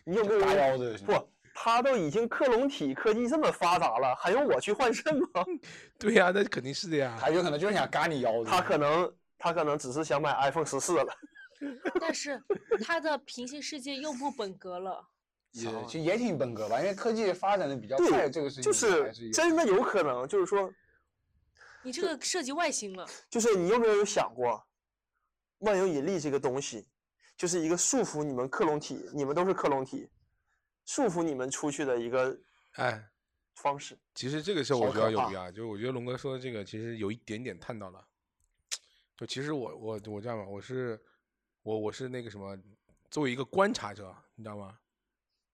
S4: 你有没有
S3: 打
S4: 人
S3: 腰的是吗
S4: 不？他都已经克隆体科技这么发达了，还用我去换肾吗？
S1: 对呀、那肯定是的呀。
S3: 他有可能就是想嘎你腰的。
S4: 他可能他可能只是想买 iPhone 十四了。
S2: 但是他的平行世界又不本格了，
S3: 也其实也挺本格吧，因为科技发展的比较
S4: 对
S3: 快，这个事情
S4: 就
S3: 还
S4: 是
S3: 是有
S4: 真的有可能，就是说，
S2: 你这个涉及外星了。
S4: 就是你有没有想过，万有引力这个东西，就是一个束缚你们克隆体，你们都是克隆体，束缚你们出去的一个
S1: 哎，
S4: 方式。
S1: 其实这个事儿我
S3: 好
S1: 觉得
S3: 可
S1: 有
S3: 怕
S1: 必要，就是我觉得龙哥说的这个其实有一点点探到了。就其实我我我这样吧，我是我我是那个什么，作为一个观察者，你知道吗？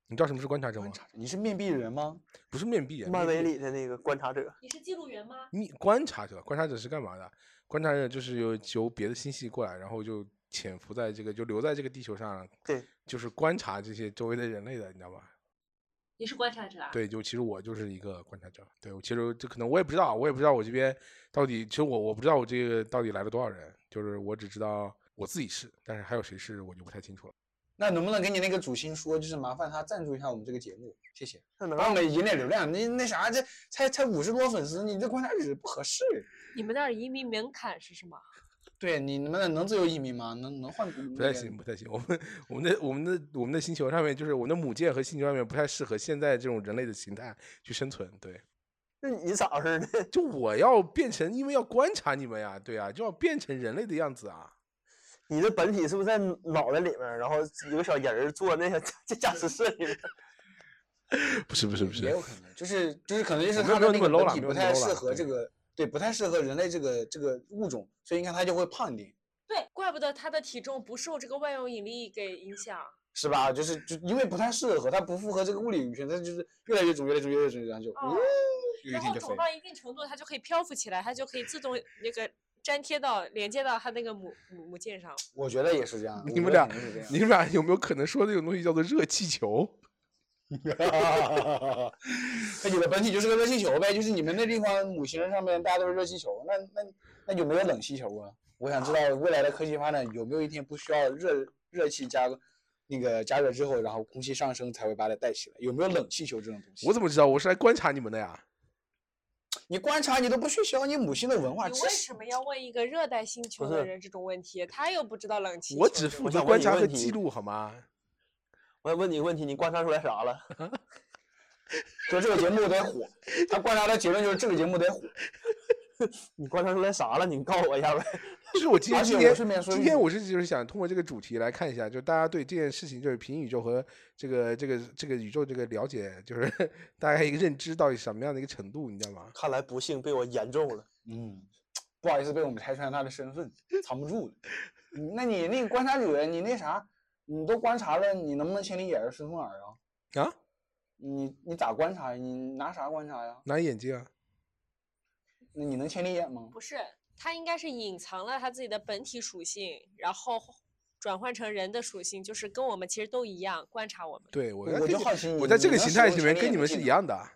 S1: 你知道什么是观察者吗
S3: 观？察。你是面壁人吗？
S1: 不是面壁啊，
S4: 漫
S1: 面
S4: 威
S1: 壁
S4: 里的那个观察者，
S2: 你是记录员吗？
S1: 你观察者，观察者是干嘛的？观察者就是由由别的星系过来，然后就潜伏在这个，就留在这个地球上，
S4: 对，
S1: 就是观察这些周围的人类的，你知道吧？
S2: 你是观察者啊？
S1: 对，就其实我就是一个观察者。对，我其实这可能我也不知道，我也不知道我这边到底，其实我我不知道我这个到底来了多少人，就是我只知道我自己是，但是还有谁是我就不太清楚了。
S3: 那能不能给你那个主心说，就是麻烦他赞助一下我们这个节目，谢谢，
S4: 那能
S3: 帮我们引点流量。那那啥，这才才五十多粉丝，你这观察值不合适。
S2: 你们那儿移民门槛是什么？
S3: 对你们那能自由移民吗？能能换
S1: 不太行，不太行。我们我们的我们的我们的星球上面，就是我们的母舰和星球上面不太适合现在这种人类的形态去生存。对，
S4: 那你咋回事呢？
S1: 就我要变成，因为要观察你们呀，对呀、就要变成人类的样子啊。
S4: 你的本体是不是在脑袋里面？然后有个小人儿坐那个驾 驾驶室里面，
S1: 不是不是不
S3: 也
S1: 是，
S3: 有可能，就是就是可能就是
S1: 我没有
S3: 它
S1: 没有那
S3: 的那
S1: 么
S3: 个
S1: low
S3: 本
S1: 啦
S3: 体
S1: 没
S3: 不
S1: 有那
S3: 太
S1: 么 low
S3: 适
S1: 啦
S3: 合这
S1: 对
S3: 个，对，不太适合人类这个这个物种，所以你看它就会胖一点，
S2: 对，怪不得他的体重不受这个万有引力给影响。
S3: 是吧？就是就因为不太适合，它不符合这个物理语言，它就是越来越肿，越来越肿，越来越肿，然后就
S2: 哦
S3: 呜，嗯有一
S2: 然
S3: 天
S2: 后
S3: 就
S2: 肿
S3: 飞。
S2: 到一定程度，它就可以漂浮起来，它就可以自动那个粘贴到连接到它那个母母母舰上。
S3: 我觉得也是这样，
S1: 你
S3: 我
S1: 们
S3: 觉得
S1: 俩
S3: 可能是这样
S1: 你们俩有没有可能说这种东西叫做热气球？
S3: 那你的本体就是个热气球呗，就是你们那地方母星上面大家都是热气球，那那那有没有冷气球啊？我想知道未来的科技发展有没有一天不需要热热气加那个加热之后，然后空气上升才会把它带起来，有没有冷气球这种东西？
S1: 我怎么知道？我是来观察你们的呀。
S3: 你观察你都不去学你母星的文化
S2: 你
S3: 知
S2: 为
S3: 识
S2: 什，么要问一个热带星球
S4: 不
S2: 的
S4: 是
S2: 人这种问题？他又不知道冷气球
S1: 我只
S2: 这种
S1: 负
S2: 东
S1: 责观
S2: 西
S4: 想问你一个
S1: 察和
S4: 问题
S1: 记录，好吗？
S4: 我想问你个问题，你观察出来啥了？
S3: 就这个节目得火。他观察的结论就是这个节目得火。
S4: 你观察出来啥了？你告诉我一 下呗。
S1: 就是我今天
S3: 而
S1: 今
S3: 且我
S1: 天
S3: 顺便说一
S1: 今天
S3: 句
S1: 我是就是想通过这个主题来看一下，就大家对这件事情，就是平行宇宙和这个这个这个宇宙这个了解，就是 大概一个认知到底什么样的一个程度，你知道吗？
S4: 看来不幸被我言中了。
S3: 嗯，不好意思，被我们拆穿他的身份，藏不住了。嗯那你那个观察者，你那啥，你都观察了，你能不能千里眼儿身风耳啊？
S1: 啊，
S3: 你你咋观察呀？你拿啥观察呀？
S1: 拿眼睛啊，
S3: 那你能千里眼吗？
S2: 不是，它应该是隐藏了它自己的本体属性，然后转换成人的属性，就是跟我们其实都一样观察我们。
S1: 对我
S3: 我
S1: 在
S3: 我
S1: 这
S3: 就
S1: 个
S3: 好奇
S1: 我
S3: 你
S1: 在这个
S3: 你能
S1: 形
S3: 使
S1: 态里
S3: 用千
S1: 面
S3: 里
S1: 跟
S3: 眼
S1: 你
S3: 的
S1: 们
S3: 技
S1: 是一
S3: 能
S1: 样的啊，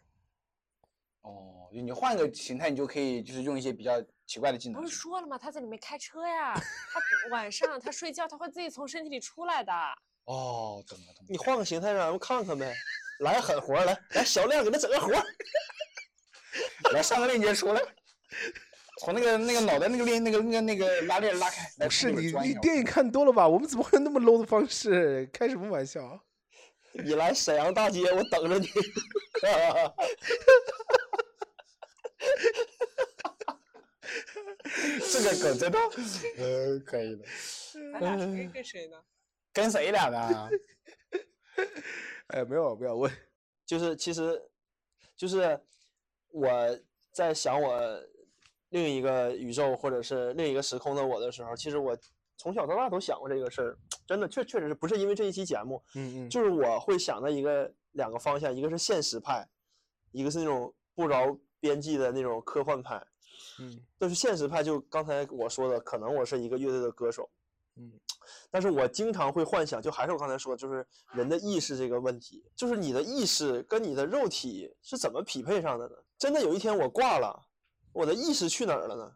S3: 哦，你换个形态，你就可以就是用一些比较奇怪的技能
S2: 不是
S3: 去。
S2: 说了吗？他在里面开车呀，他晚上他睡觉，他会自己从身体里出来的。
S3: 哦，懂了懂了。
S4: 你换个形态让咱们看看呗。来狠活儿来，来小亮给他整个活儿。
S3: 来上个链接出来，从那个那个脑袋那个链那个那个那个拉链拉开。来
S1: 不是
S3: 从里
S1: 你
S3: 边钻一
S1: 你
S3: 下
S1: 电影看多了吧？我们怎么会有那么 low 的方式？开什么玩笑？
S4: 你来沈阳大街，我等着你。
S3: 这个梗真的，呃，可以的。
S2: 咱俩谁跟谁 呢？
S3: 跟谁俩呢？
S1: 哎，没有没有，我
S4: 就是其实，就是我在想我另一个宇宙或者是另一个时空的我的时候，其实我从小到大都想过这个事儿，真的确确实是不是因为这一期节目，
S1: 嗯嗯，
S4: 就是我会想到一个两个方向，一个是现实派，一个是那种不着边际的那种科幻派。
S1: 嗯
S4: 但是现实派就刚才我说的，可能我是一个乐队的歌手，
S1: 嗯，
S4: 但是我经常会幻想，就还是我刚才说，就是人的意识这个问题，就是你的意识跟你的肉体是怎么匹配上的呢？真的有一天我挂了，我的意识去哪儿了呢？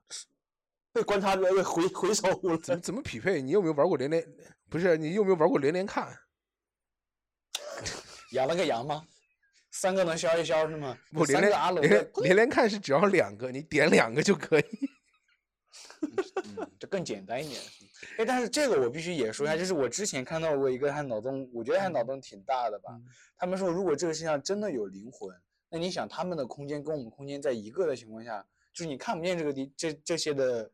S4: 被观察者给回回收了。
S1: 怎么怎么匹配？你有没有玩过连连？不是你有没有玩过连连看？
S3: 养了个羊吗？三个能消一消是吗？
S1: 不，连
S3: 三
S1: 连
S3: 个阿楼
S1: 连
S3: 的
S1: 连，连连看是只要两个，你点两个就可以。
S3: 嗯就更简单一点。哎，但是这个我必须也说一下，就是我之前看到过一个还脑洞，我觉得还脑洞挺大的吧。
S1: 嗯
S3: 他们说，如果这个世界上真的有灵魂，那你想他们的空间跟我们空间在一个的情况下，就是你看不见这个地这这些的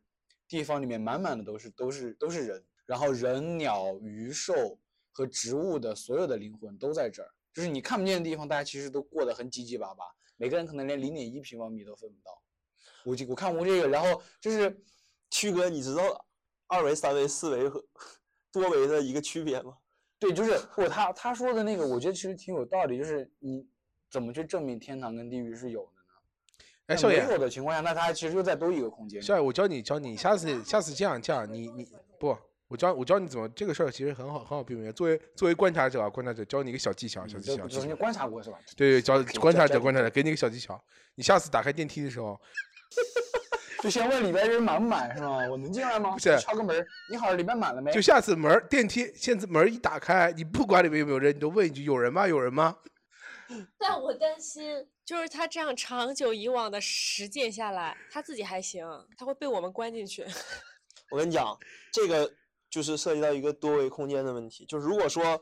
S3: 地方里面满满的都是都是都是人，然后人、鸟、鱼、兽和植物的所有的灵魂都在这儿，就是你看不见的地方，大家其实都过得很挤挤巴巴，每个人可能连零点一平方米都分不到。我就我看过这个，然后就是。
S4: 曲哥，你知道二维、三维、四维和多维的一个区别吗？
S3: 对，就是我他他说的那个，我觉得其实挺有道理，就是你怎么去证明天堂跟地狱是有的呢？
S1: 哎，
S3: 那
S1: 少
S3: 没
S1: 爷，
S3: 有的情况下，那它其实就在都一个空间里。
S1: 下，我教你，教你，下次下次这样这样，你你不，我教我教你怎么这个事儿其实很好很好避免。作为作为观察者啊，观察者教你一个小技巧，小
S3: 你
S1: 技
S3: 这
S1: 巧，
S3: 不
S1: 技
S3: 是
S1: 巧
S3: 你观察过是吧？
S1: 对对，教
S3: 这
S1: 观察
S3: 这
S1: 者观察者，给你一个小技巧，你下次打开电梯的时候，
S3: 就先问里边人满不满是吗？我能进来吗？
S1: 不是
S3: 敲个门儿，你好，里边满了没？
S1: 就下次门儿电梯，现在门儿一打开，你不管里面有没有人，你都问一句：“有人吗？有人吗
S5: 但我担心，
S2: 就是他这样长久以往的实践下来，他自己还行，他会被我们关进去。
S4: 我跟你讲，这个就是涉及到一个多维空间的问题。就是如果说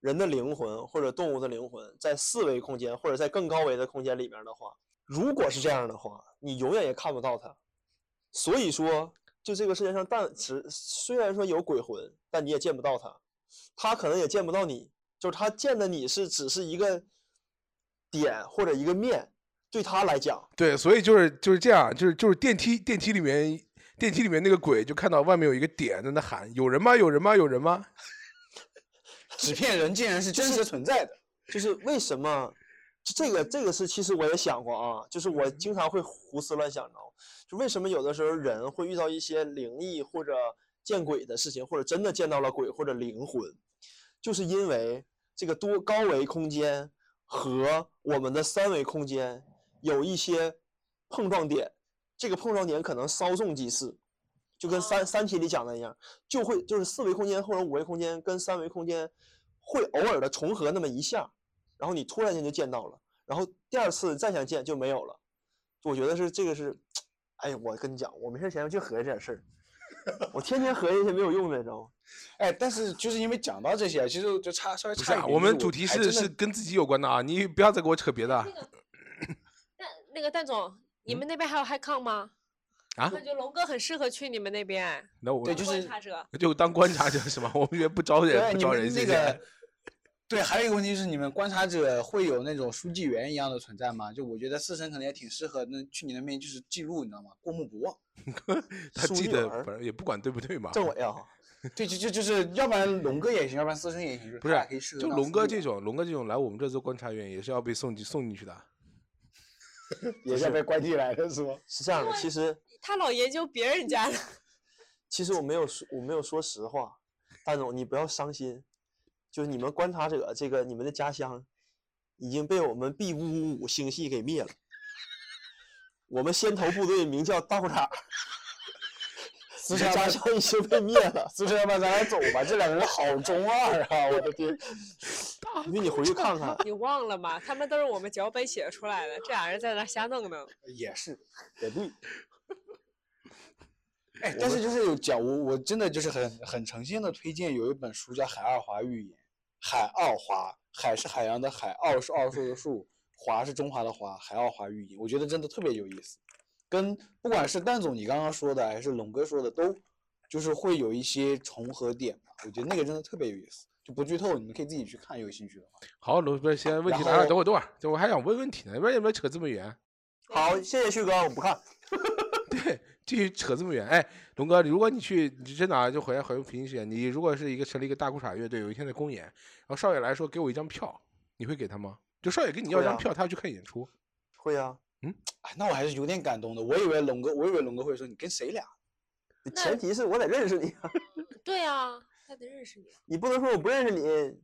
S4: 人的灵魂或者动物的灵魂在四维空间或者在更高维的空间里面的话，如果是这样的话，你永远也看不到它。所以说，就这个世界上，但只虽然说有鬼魂，但你也见不到它，它可能也见不到你。就是它见的你是只是一个点或者一个面，对它来讲，？”
S1: 对，所以就是就是这样，就是就是电梯电梯里面电梯里面那个鬼就看到外面有一个点在那喊：“有人吗？有人吗？有人吗
S3: 纸片人竟然是真实存在的，
S4: 就是为什么？就这个这个是，其实我也想过啊，就是我经常会胡思乱想，你知道吗？就为什么有的时候人会遇到一些灵异或者见鬼的事情，或者真的见到了鬼或者灵魂，就是因为这个多高维空间和我们的三维空间有一些碰撞点，这个碰撞点可能稍纵即逝，就跟三《三体》里讲的一样，就会就是四维空间或者五维空间跟三维空间会偶尔的重合那么一下，然后你突然间就见到了，然后第二次再想见就没有了。我觉得是这个是，哎呀，我跟你讲，我没事闲就合计点事儿，我天天合计一些没有用的，你知道吗？
S3: 哎，但是就是因为讲到这些，其实就差稍微？”
S1: 不是
S3: 差一
S1: 啊，
S3: 点。
S1: 我们
S3: 就是
S1: 主题
S3: 还
S1: 是
S3: 真
S1: 是
S3: 的
S1: 跟自己有关的啊，你不要再给我扯别的啊
S5: 那个
S2: 但那个蛋总，你们那边还有 HiCon 吗？
S1: 啊
S2: 我。感觉龙哥很适合去你们那边，
S1: 那我
S3: 对
S2: 当
S3: 就
S2: 观
S3: 是
S2: 察者。
S1: 就当观察者是吗？我们也不招人，
S3: 对
S1: 不
S3: 你
S1: 招
S3: 们
S1: 人，谢
S3: 那
S1: 谢。
S3: 个。 对，还有一个问题就是，你们观察者会有那种书记员一样的存在吗？就我觉得四神可能也挺适合，那去你那边就是记录，你知道吗？过目不忘。
S1: 他
S4: 苏
S1: 记
S4: 运
S1: 得
S4: 儿
S1: 不是也不管对不对嘛。
S4: 政委啊，
S3: 对，就就就是，要不然龙哥也行，要不然四神也行，
S1: 不
S3: 他
S1: 是
S3: 俩可以适合
S1: 就
S3: 当
S1: 龙
S3: 书
S1: 哥
S3: 记
S1: 这
S3: 员
S1: 种，龙哥这种来我们这做观察员也是要被送进送进去的。啊
S3: 也是被关进来的是吗？
S4: 是这样的，其实
S2: 他老研究别人家的，
S4: 其实我没有说，我没有说实话，蛋总，你不要伤心，就是你们观察者这个你们的家乡已经被我们 B 五五五星系给灭了。我们先头部队名叫道 长，
S3: 四
S4: 你
S3: 神要
S4: 的
S3: 不
S4: 家
S3: 然，
S4: 乡已经被灭了。
S3: 四神要不然咱俩走吧，这两个人好中二啊！我的天，
S4: 因为你回去看看，
S2: 你忘了吗？他们都是我们脚本写出来的，这俩人在那瞎弄弄。
S3: 也是，
S4: 也对，
S3: 哎，但是就是有讲，我我真的就是很很诚心的推荐有一本书叫《海奥华寓言》，海奥华，海是海洋的海，奥是奥数的数，华是中华的华，海奥华寓言，我觉得真的特别有意思，跟不管是蛋总你刚刚说的还是龙哥说的，都就是会有一些重合点吧，我觉得那个真的特别有意思，就不剧透，你们可以自己去看，有兴趣的话。
S1: 好，龙不是先问
S3: 然
S1: 题来了，
S3: 后
S1: 等会儿等会儿，等会儿还想问问题呢，要不然也不要扯这么远。
S4: 好，谢谢旭哥，我不看。
S1: 对，继续扯这么远。哎，龙哥，如果你去，你真的啊，就回来回复平行时间，你如果是一个成立一个大裤衩乐队，有一天在公演，然后少爷来说给我一张票，你会给他吗？就少爷跟你要一
S4: 会
S1: 张
S4: 啊
S1: 票，他要去看演 出。
S4: 会啊，
S3: 哎，那我还是有点感动的，我以为龙哥，我以为龙哥会说你跟谁俩？
S4: 前提是我得认识你啊，
S2: 对啊，他得认识你。
S4: 你不能说我不认识你。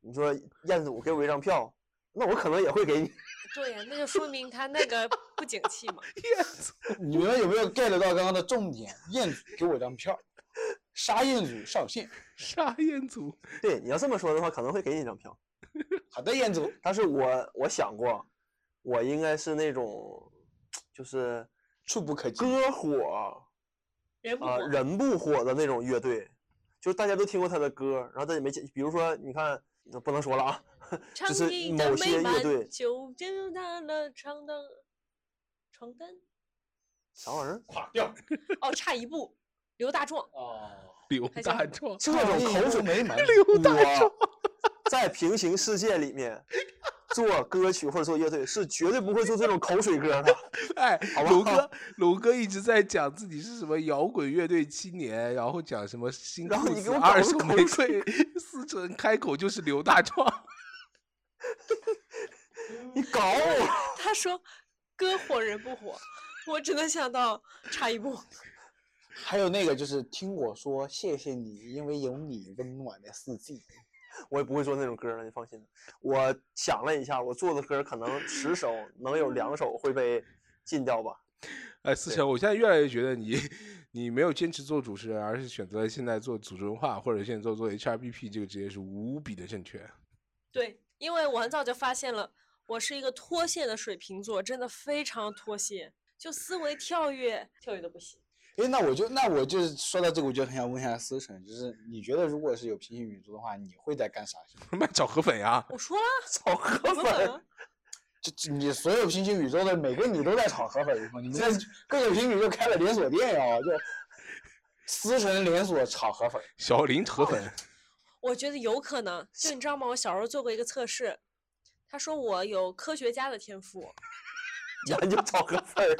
S4: 你说彦祖给我一张票，那我可能也会给你。
S2: 对呀、那就说明他那个不景气嘛。
S3: 你们有没有 get 到刚刚的重点？彦祖给我张票，杀彦祖上线。
S1: 沙彦 祖，
S4: 对，你要这么说的话，可能会给你一张票。
S3: 好的，彦祖，
S4: 但是我我想过，我应该是那种，就是
S3: 触不可及。
S4: 歌火
S2: 人不
S4: 啊、
S2: 火
S4: 人不火的那种乐队，就是大家都听过他的歌，然后但也没见，比如说你看，不能说了啊，
S2: 长
S4: 是
S2: 夜的
S4: 某
S2: 美
S4: 些乐
S2: 满
S4: 队
S2: 就就他了床单，床单
S4: 啥玩意儿？
S3: 垮掉。
S2: 哦，差一步，刘大壮。
S3: 哦，
S1: 刘
S2: 还
S1: 大
S2: 想
S1: 壮，
S3: 这种口水没门。
S1: 刘大壮，
S4: 我在平行世界里面 做歌曲或者做乐队，是绝对不会做这种口水歌的。
S1: 哎，
S4: 好吧
S1: 龙哥，龙哥一直在讲自己是什么摇滚乐队青年，然后讲什么新
S4: 然后
S1: 裤
S4: 你
S1: 子
S4: 给我搞
S1: 二
S4: 个
S1: 手
S4: 口
S1: 玫瑰，四成开口就是刘大壮。
S4: 你搞我！
S2: 他说歌火人不火，我只能想到差一步。
S3: 还有那个就是听我说，谢谢你，因为有你温暖的四季。
S4: 我也不会做那种歌了，你放心。我想了一下，我做的歌可能十首能有两首会被禁掉吧。
S1: 哎，思
S4: 对
S1: 成，我现在越来越觉得你你没有坚持做主持人，而是选择现在做组织文化或者现在做做 HRBP 这个职业是无比的正确。
S2: 对，因为我很早就发现了，我是一个脱线的水瓶座，真的非常脱线，就思维跳跃，跳跃都不行。
S3: 诶，那我就那我就是说到这个，我就很想问一下思成，就是你觉得如果是有平行宇宙的话，你会在干啥？
S1: 卖炒河粉呀，
S2: 我说了，啊
S4: 炒河
S2: 我们
S4: 粉，
S2: 粉，
S3: 就就你所有平行宇宙的每个你都在炒河粉以后，你在各个平行宇宙开了连锁店呀，就思成连锁炒河粉。
S1: 小林河粉，
S2: 我觉得有可能。就你知道吗？我小时候做过一个测试，他说我有科学家的天赋，
S4: 研究炒河粉儿，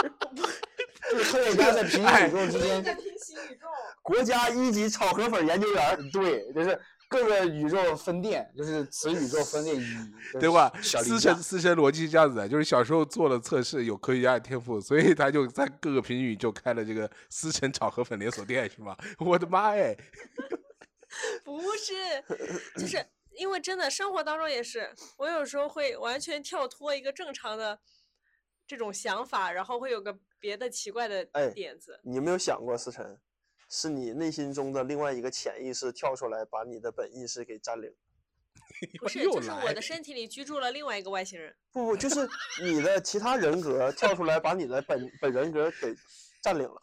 S3: 就是科学家在平行宇 宙之间，
S2: 哎
S5: 平行宇宙，
S3: 国家一级炒河粉研究员儿，对，就是各个宇宙分店，就是此宇宙分店一，
S1: 对吧？
S3: 小林
S1: 思
S3: 家
S1: 成思成逻辑是这样子的，就是小时候做了测试，有科学家的天赋，所以他就在各个评语就开了这个思成炒河粉连锁店，是吗？ 我的妈哎！
S2: 不是， 就是因为真的生活当中也是，我有时候会完全跳脱一个正常的这种想法，然后会有个别的奇怪的
S4: 哎
S2: 点子。
S4: 你有没有想过，思辰，是你内心中的另外一个潜意识跳出来，把你的本意识给占领？
S2: 不是，
S1: 又
S2: 就是我
S1: 来
S2: 的身体里居住了另外一个外星人。
S4: 不不，就是你的其他人格跳出来，把你的本本人格给占领了，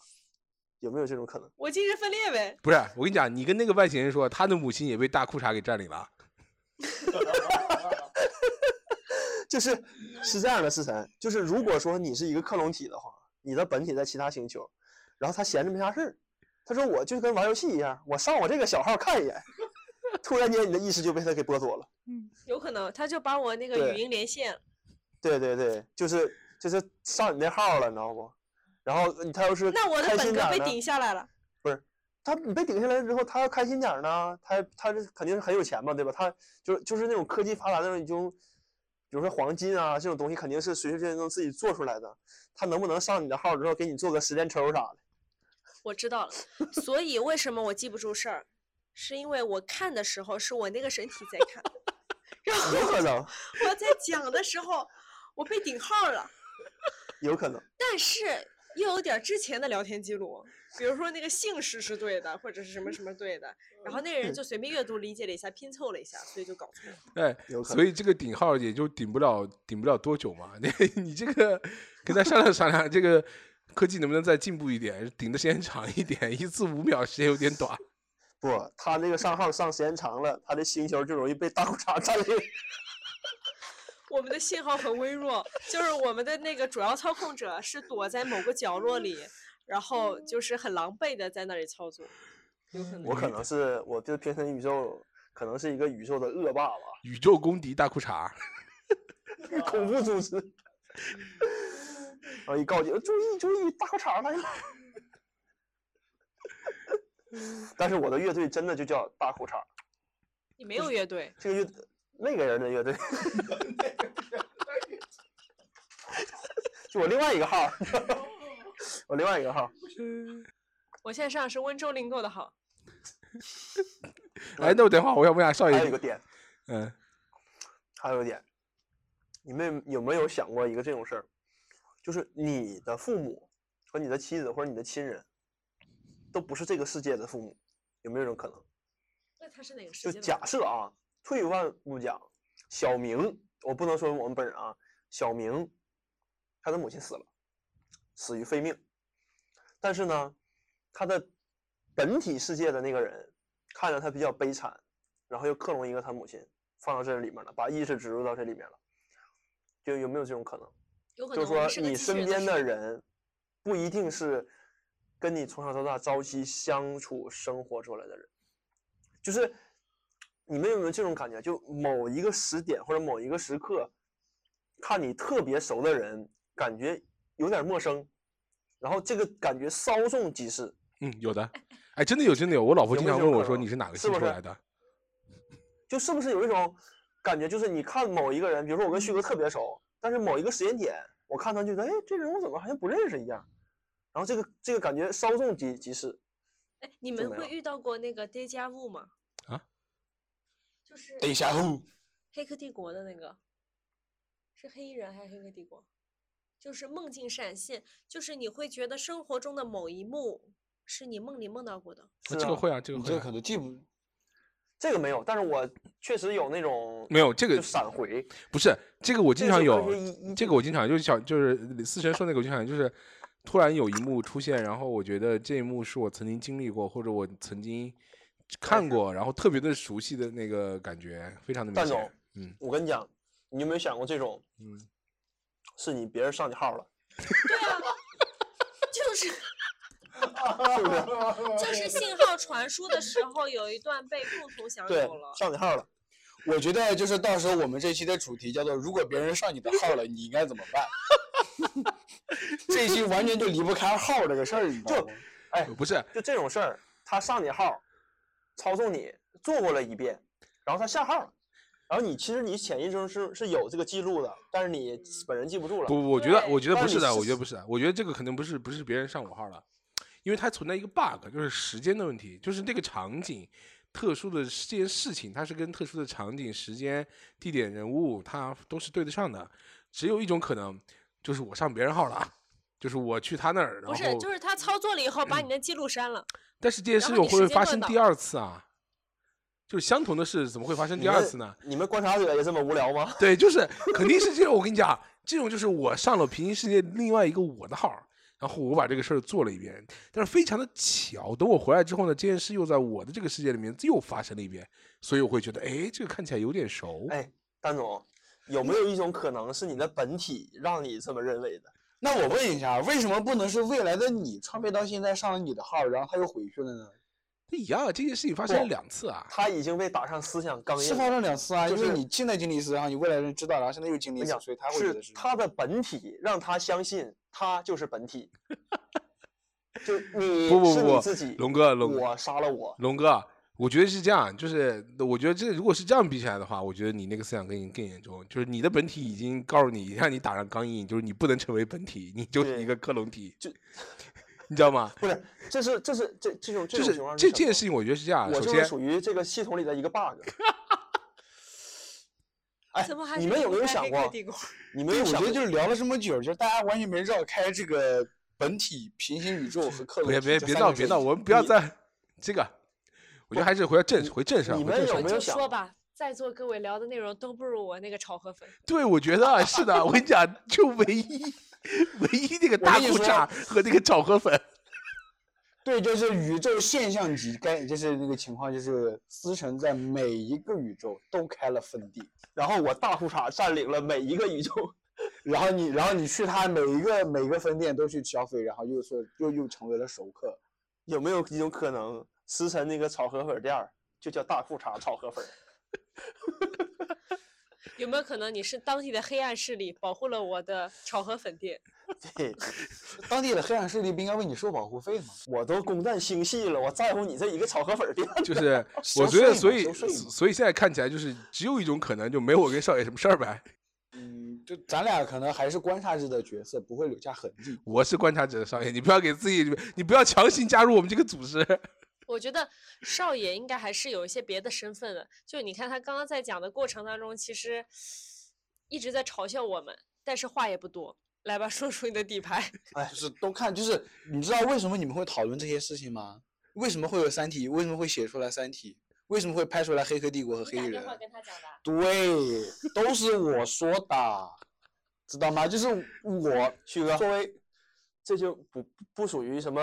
S4: 有没有这种可能？
S2: 我精神分裂呗，
S1: 不是，我跟你讲，你跟那个外星人说，他的母亲也被大裤衩给占领了。
S4: 就是是这样的，思辰，就是如果说你是一个克隆体的话，你的本体在其他星球，然后他闲着没啥事儿，他说我就跟玩游戏一样，我上我这个小号看一眼，突然间你的意识就被他给剥夺了。
S2: 有可能他就把我那个
S4: 对
S2: 语音连线了，
S4: 对对对，就是就是上你那号了，你知道不？然后他要是
S2: 那我的
S4: 开
S2: 本
S4: 心
S2: 格
S4: 点儿
S2: 被
S4: 呢
S2: 顶下来了。
S4: 他你被顶下来之后，他要开心点儿呢，他他这肯定是很有钱嘛，对吧？他就是就是那种科技发达那种已经，比如说黄金啊这种东西，肯定是随随便便能自己做出来的。他能不能上你的号之后给你做个十连抽啥的？
S2: 我知道了， 所以为什么我记不住事儿，是因为我看的时候是我那个身体在看，然后
S4: 有可能，
S2: 我在讲的时候我被顶号了，
S4: 有可能。
S2: 但是又有点儿之前的聊天记录，比如说那个姓氏是对的，或者是什么什么对的，然后那个人就随便阅读理解了一下，拼凑了一下，所以就搞错了。
S1: 哎
S4: 有，可
S1: 所以这个顶号也就顶不了，顶不了多久嘛。 你你这个跟他商量商量，这个科技能不能再进步一点，顶的时间长一点，一次五秒时间有点短。
S4: 不，他那个上号上时间长了，他的星球就容易被大 裤衩占领。
S2: 我们的信号很微弱，就是我们的那个主要操控者是躲在某个角落里，然后就是很狼狈的在那里操作。
S4: 我可能是我就平行宇宙，可能是一个宇宙的恶霸吧，
S1: 宇宙公敌大裤衩， 哎
S4: 恐怖组织。然后一告警，注意注意，大裤衩来了。但是我的乐队真的就叫大裤衩，
S2: 你没有乐队，
S4: 这个乐那个人的乐队， 就我另外一个号儿，我另外一个号儿。
S2: 我现在上的是温州林购的号。
S1: 哎，那我等会儿我要问一下少
S4: 还有一
S1: 爷
S4: 个，点，
S1: 嗯，
S4: 还有一点，你们有没有想过一个这种事儿？就是你的父母和你的妻子或者你的亲人，都不是这个世界的父母，有没有这种可能？
S2: 那他是哪个
S4: 就假设啊，退一万步讲，小明，我不能说我们本人啊，小明，他的母亲死了，死于非命，但是呢，他的本体世界的那个人看着他比较悲惨，然后又克隆一个他母亲放到这里面了，把意识植入到这里面了，就有没有这种可能？
S2: 有可
S4: 就
S2: 能
S4: 是
S2: 我们
S4: 说
S2: 是个
S4: 你
S2: 机器
S4: 身
S2: 人
S4: 边
S2: 的
S4: 的
S2: 时候
S4: 人不一定是跟你从小到大朝夕相处生活出来的人，就是你们有没有这种感觉？就某一个时点或者某一个时刻，看你特别熟的人，感觉有点陌生，然后这个感觉稍纵即逝。
S1: 嗯，有的，哎，真的有，真的有。我老婆
S4: 有
S1: 经
S4: 没有
S1: 常
S4: 这
S1: 问
S4: 种
S1: 我
S4: 可
S1: 说
S4: 能
S1: 你是哪个
S4: 是
S1: 星
S4: 不
S1: 出
S4: 是
S1: 来的？啊
S4: 就是不是有一种感觉，就是你看某一个人，比如说我跟旭
S1: 嗯
S4: 哥特别熟，但是某一个时间点，我看他就觉得，哎，这人我怎么好像不认识一样，然后这个这个感觉稍纵即即逝。
S2: 哎，你
S4: 就
S2: 们
S4: 没
S2: 会
S4: 有
S2: 遇到过那个 Deja Vu 吗？
S1: 啊？
S2: 就是
S3: 等一下，哦
S2: 黑客帝国的那个，是黑衣人还是黑客帝国？就是梦境闪现，就是你会觉得生活中的某一幕是你梦里梦到过的。
S1: 这
S4: 是
S1: 个
S4: 啊
S1: 会啊，这个
S3: 你
S1: 会
S3: 这
S1: 啊、
S3: 可能记不，
S4: 这个没有，但是我确实有那种
S1: 没有这
S4: 就
S1: 个
S4: 闪回，
S1: 不是这个我经常
S4: 这个
S1: 有
S4: 是科学依依
S1: 这个我经常就是小就是思辰说那个我经常有就是突然有一幕出现，然后我觉得这一幕是我曾经经历过或者我曾经看过，然后特别的熟悉的那个感觉，非常的明
S4: 蛋总
S1: 显。嗯，
S4: 我跟你讲，你有没有想过这种？
S1: 嗯，
S4: 是你别人上你号了，
S2: 就是
S4: 是不是？哦
S2: 就是信号传输的时候，有一段被共同享
S4: 对
S2: 有了，。
S4: 上你号了。
S3: 我觉得就是到时候我们这期的主题叫做“如果别人上你的号了，你应该怎么办”。 这一期完全就离不开号这个事儿，你知道吗？
S1: 不是
S4: 就这种事儿，他上你号，操纵你做过了一遍，然后他下号了，然后你其实你潜意识中是是有这个记录的，但是你本人记不住了。
S1: 不不，我觉得我觉得
S4: 但
S1: 不是
S4: 是你
S1: 的，
S4: 是
S1: 我觉得不是的，我觉得这个可能不是不是别人上我号了，因为它存在一个 bug，就是时间的问题，就是那个场景。特殊的这件事情，它是跟特殊的场景、时间、地点、人物，它都是对得上的。只有一种可能，就是我上别人号了，就是我去他那儿，然后
S2: 不是，就是他操作了以后把你的记录删了。
S1: 但是这件
S2: 然
S1: 事
S2: 后
S1: 情我
S2: 你
S1: 会不会
S2: 时间
S1: 发
S2: 段
S1: 生
S2: 到
S1: 第二次啊？就是相同的事怎么会发生
S4: 你
S1: 第二
S4: 们
S1: 次呢？
S4: 你们观察者也这么无聊吗？
S1: 对，就是肯定是这种。我跟你讲，这种就是我上了平行世界另外一个我的号儿，然后我把这个事儿做了一遍，但是非常的巧，等我回来之后呢，这件事又在我的这个世界里面又发生了一遍，所以我会觉得，哎，这个看起来有点熟。
S4: 哎，丹总，有没有一种可能是你的本体让你这么认为的？
S3: 那我问一下，为什么不能是未来的你创业到现在上了你的号，然后他又回去了呢？
S1: 不一样，哎这件事情发生了
S4: 不
S1: 两次啊。
S4: 他已经被打上思想钢印
S3: 是发
S4: 了。
S3: 生两次啊，
S4: 就
S3: 因
S4: 是
S3: 为你现在经历一次，然后你未来人知道，然后现在又经历
S4: 我
S3: 一次
S4: 讲，
S3: 所以他会觉得
S4: 是
S3: 是
S4: 他的本体让他相信他就是 本体，就你
S1: 不不
S4: 是
S1: 不
S4: 你
S1: 不
S4: 自己，
S1: 龙哥，龙
S4: 我杀了我，
S1: 龙哥，我觉得是这样，就是我觉得这如果是这样比起来的话，我觉得你那个思想更更严重，就是你的本体已经告诉你，让你打上钢印，就是你不能成为本体，你就是一
S4: 对
S1: 个克隆体，
S4: 就
S1: 你知道吗？
S4: 不是，这是这是这这种这
S1: 就
S4: 种
S1: 是
S4: 情况
S1: 这
S4: 什么
S1: 件事情，我觉得是这样。
S4: 我
S1: 首
S4: 就是
S1: 先，
S4: 属于这个系统里的一个 bug。哎
S2: 怎么还，
S4: 你
S2: 是
S4: 们
S2: 离
S4: 有
S2: 不
S4: 没有
S2: 开
S4: 想
S2: 黑客
S4: 过
S2: 帝国？
S4: 你们
S3: 对，
S4: 有
S3: 我
S4: 想
S3: 觉
S4: 过
S3: 得就是聊了这么久，就是大家完全没绕开这个本体、平行宇宙和克隆
S1: 别
S3: 体。
S1: 别
S3: 这
S1: 别
S3: 三
S1: 闹
S3: 个
S1: 别
S3: 事
S1: 闹，
S3: 情
S1: 我们不要再这个，我觉得还是回到正回正事儿。
S4: 你
S1: 回
S4: 们
S1: 正
S4: 有
S1: 事儿
S4: 没
S2: 就
S4: 想
S2: 说
S4: 过
S2: 吧，在座各位聊的内容都不如我那个炒河粉。
S1: 对，我觉得啊是的。我跟你讲，就唯一唯一那个
S3: 我
S1: 大
S3: 跟你
S1: 裤
S3: 说
S1: 衩和那个炒河 粉，
S3: 对，就是宇宙现象级，该就是那个情况，就是思辰在每一个宇宙都开了分地，
S4: 然后我大裤衩占领了每一个宇宙，
S3: 然后你，然后你去他每一个每个分店都去消费，然后又说又又成为了熟客。
S4: 有没有一种可能，思辰那个炒河粉店儿就叫大裤衩炒河粉儿？
S2: 有没有可能你是当地的黑暗势力保护了我的炒河粉店？
S4: 嘿
S3: 当地的黑暗势力不应该为你收保护费吗？
S4: 我都攻占星系了，我在乎你这一个炒河粉儿店？
S1: 就是
S3: 收
S1: 我觉得，
S3: 税
S1: 所
S3: 嘛
S1: 以
S3: 收税嘛
S1: 所以现在看起来就是只有一种可能，就没我跟少爷什么事儿呗。
S3: 嗯，就咱俩可能还是观察者的角色，不会留下痕迹。
S1: 我是观察者，少爷，你不要给自己，你不要强行加入我们这个组织。
S2: 我觉得少爷应该还是有一些别的身份的。就你看他刚刚在讲的过程当中，其实一直在嘲笑我们，但是话也不多。来吧，说出你的底牌。
S3: 就是都看，就是你知道为什么你们会讨论这些事情吗？为什么会有《三体》？为什么会写出来《三体》？为什么会拍出来《黑客帝国》和《
S5: 你
S3: 黑
S5: 打
S3: 衣人
S5: 电》？话跟他讲的啊，
S3: 对，都是我说的，知道吗？就是我
S4: 旭哥，
S3: 作为
S4: 这就不不属于什么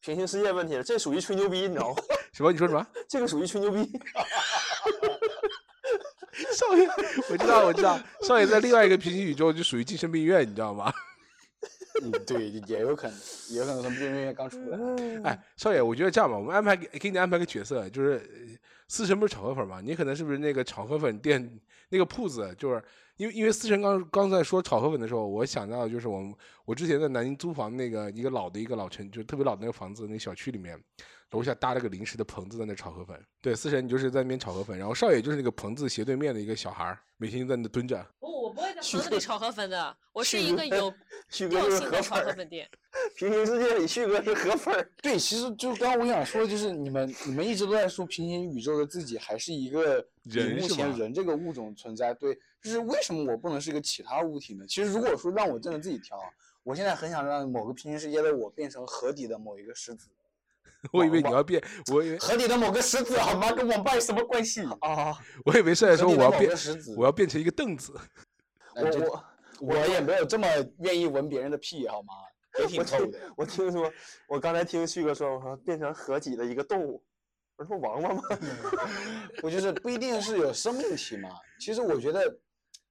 S4: 平行世界问题了，这属于吹牛逼，你知道吗？
S1: 什么？你说什么？
S4: 这个属于吹牛逼。
S1: 少爷，我知道，我知道，少爷在另外一个平行宇宙就属于精神病院，你知道吗？
S3: 嗯，对，也有可能，也有可能从边缘刚出来。
S1: 哎，少爷，我觉得这样吧，我们安排给给你安排个角色，就是呃思辰不是炒河粉吗？你可能是不是那个炒河粉店那个铺子？就是因为因为思辰刚刚在说炒河粉的时候，我想到就是我们我之前在南京租房那个一个老的一个老城，就是特别老的那个房子，那个小区里面楼下搭了个临时的棚子在那炒河粉。对，思辰你就是在那边炒河粉，然后少爷就是那个棚子斜对面的一个小孩儿，每天就在那蹲着。
S2: 不，我不会在房子里炒河粉的，我是一个有
S4: 旭哥
S2: 调
S4: 就是
S2: 性
S4: 河
S2: 的炒
S4: 粉
S2: 河
S4: 儿，
S2: 粉店。
S4: 平行世界里旭哥是河粉儿。
S3: 对，其实就刚刚我想说，就是你们你们一直都在说平行宇宙的自己还是一个
S1: 人
S3: 以目
S1: 是
S3: 前
S1: 吗
S3: 人这个物种存在。对，就是为什么我不能是一个其他物体呢？其实如果说让我真的自己调啊，我现在很想让某个平行世界的我变成河底的某一个石子，
S1: 我以为你要变，我以为
S3: 河底的某个石子好吗？跟网吧有什么关系？
S4: 啊，
S1: 我以为是在说
S3: 河
S1: 我
S3: 底的
S1: 要
S3: 某
S1: 变
S3: 个，石子，
S1: 我要变成一个凳子。
S3: 哎
S4: 我
S3: 这
S4: 我
S3: 我也没有这么愿意闻别人的屁好吗？也挺臭的。
S4: 我听说，我刚才听旭哥说，我说变成合体的一个动物，我说王八吗？
S3: 嗯我就是不一定是有生命体嘛。其实我觉得，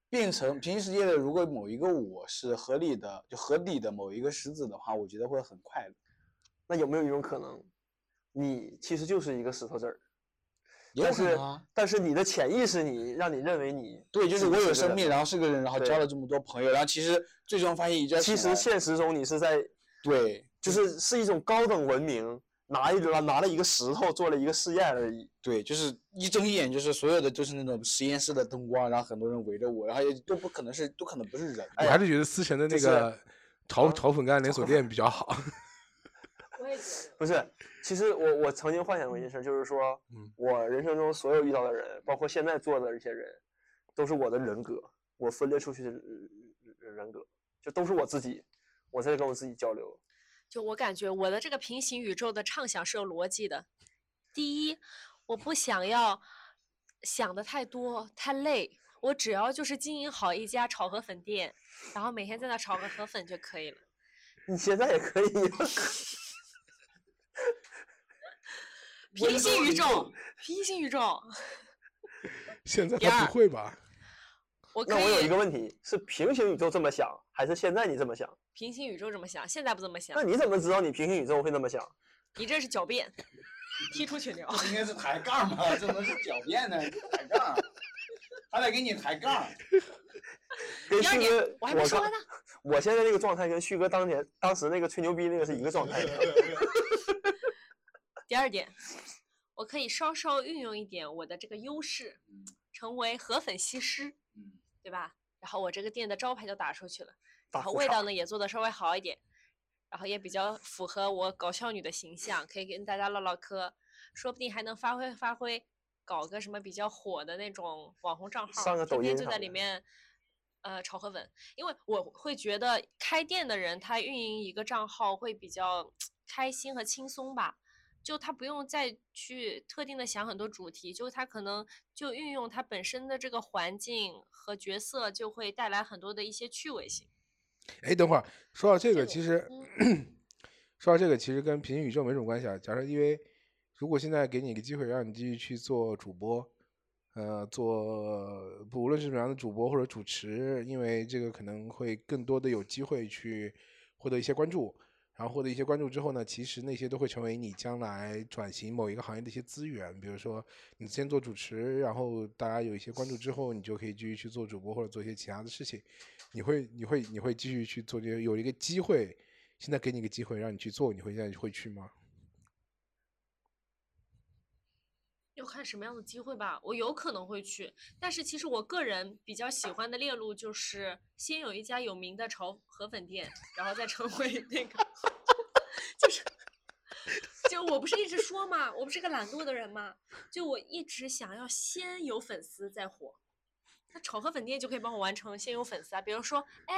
S3: 变成平行世界的，如果某一个我是合理的，就合理的某一个石子的话，我觉得会很快乐。
S4: 那有没有一种可能，你其实就是一个石头子儿？
S3: 也有
S4: 但
S3: 可
S4: 是
S3: 能啊，
S4: 但是你的潜意识你让你认为你
S3: 对，就是我有生命，然后是个人，然后
S4: 对
S3: 交了这么多朋友，然后其实最终发现一件事
S4: 其
S3: 情
S4: 实
S3: 来
S4: 现实中你是在
S3: 对
S4: 就是是一种高等文明，拿一拿拿了一个石头做了一个试验而已。
S3: 对，就是一睁眼就是所有的都是那种实验室的灯光，然后很多人围着我，然后也都不可能是都可能不是人。
S1: 我还是觉得思辰的那
S4: 就是
S1: 个炒
S4: 啊
S1: 炒粉干连锁店比较好。
S5: 我也觉得。
S4: 不是，其实我我曾经幻想过一件事儿，就是说
S1: 嗯，
S4: 我人生中所有遇到的人，包括现在做的这些人，都是我的人格，我分裂出去的人人格，就都是我自己，我在跟我自己交流。
S2: 就我感觉我的这个平行宇宙的畅想是有逻辑的。第一，我不想要想的太多太累，我只要就是经营好一家炒河粉店，然后每天在那炒个河粉就可以了。
S4: 你现在也可以 呀，
S2: 平行宇宙，平行宇宙，
S1: 现在
S2: 第
S1: 他
S2: 二
S1: 不会吧？
S2: 我
S4: 那
S2: 可
S4: 我有一
S2: 以
S4: 个问题，是平行宇宙这么想，还是现在你这么想？
S2: 平行宇宙这么想，现在不这么想
S4: 那，你怎么知道你平行宇宙会那么想？
S2: 你这是狡 辩，踢出群聊。
S3: 应该是抬杠嘛，这能是狡辩呢？抬杠，还得给你抬杠。
S4: 跟
S2: 第二
S4: 旭
S2: 点
S4: 哥，
S2: 我还没说
S4: 刚
S2: 呢。
S4: 我现在这个状态跟旭哥当年当时那个吹牛逼那个是一个状态。
S2: 第二点，我可以稍稍运用一点我的这个优势，成为河粉西施，
S3: 嗯
S2: 对吧？然后我这个店的招牌就打出去了，
S4: 大
S2: 然后
S4: 裤
S2: 味
S4: 衩
S2: 道呢也做的稍微好一点，然后也比较符合我搞笑女的形象，可以跟大家唠唠嗑，说不定还能发挥发挥，搞个什么比较火的那种网红账号，
S4: 上个抖
S2: 天天
S4: 音
S2: 就
S4: 啥
S2: 在里
S4: 的
S2: 面。呃，炒河粉，因为我会觉得开店的人他运营一个账号会比较开心和轻松吧，就他不用再去特定的想很多主题，就他可能就运用他本身的这个环境和角色，就会带来很多的一些趣味性。
S1: 哎，等会儿说到这个，
S2: 这
S1: 其实 说到这个，其实跟平行宇宙没什么关系啊。假设因为如果现在给你一个机会，让你继续去做主播，呃，做不论是什么样的主播或者主持，因为这个可能会更多的有机会去获得一些关注。然后获得一些关注之后呢，其实那些都会成为你将来转型某一个行业的一些资源。比如说，你先做主持，然后大家有一些关注之后，你就可以继续去做主播或者做一些其他的事情。你会你会你会继续去做这些？有一个机会，现在给你一个机会让你去做，你会现在会去吗？
S2: 要看什么样的机会吧，我有可能会去，但是其实我个人比较喜欢的链路就是先有一家有名的炒河粉店，然后再成为那个， 就是。就我不是一直说嘛，我不是个懒惰的人嘛，就我一直想要先有粉丝再火，那炒河粉店就可以帮我完成先有粉丝啊，比如说，哎，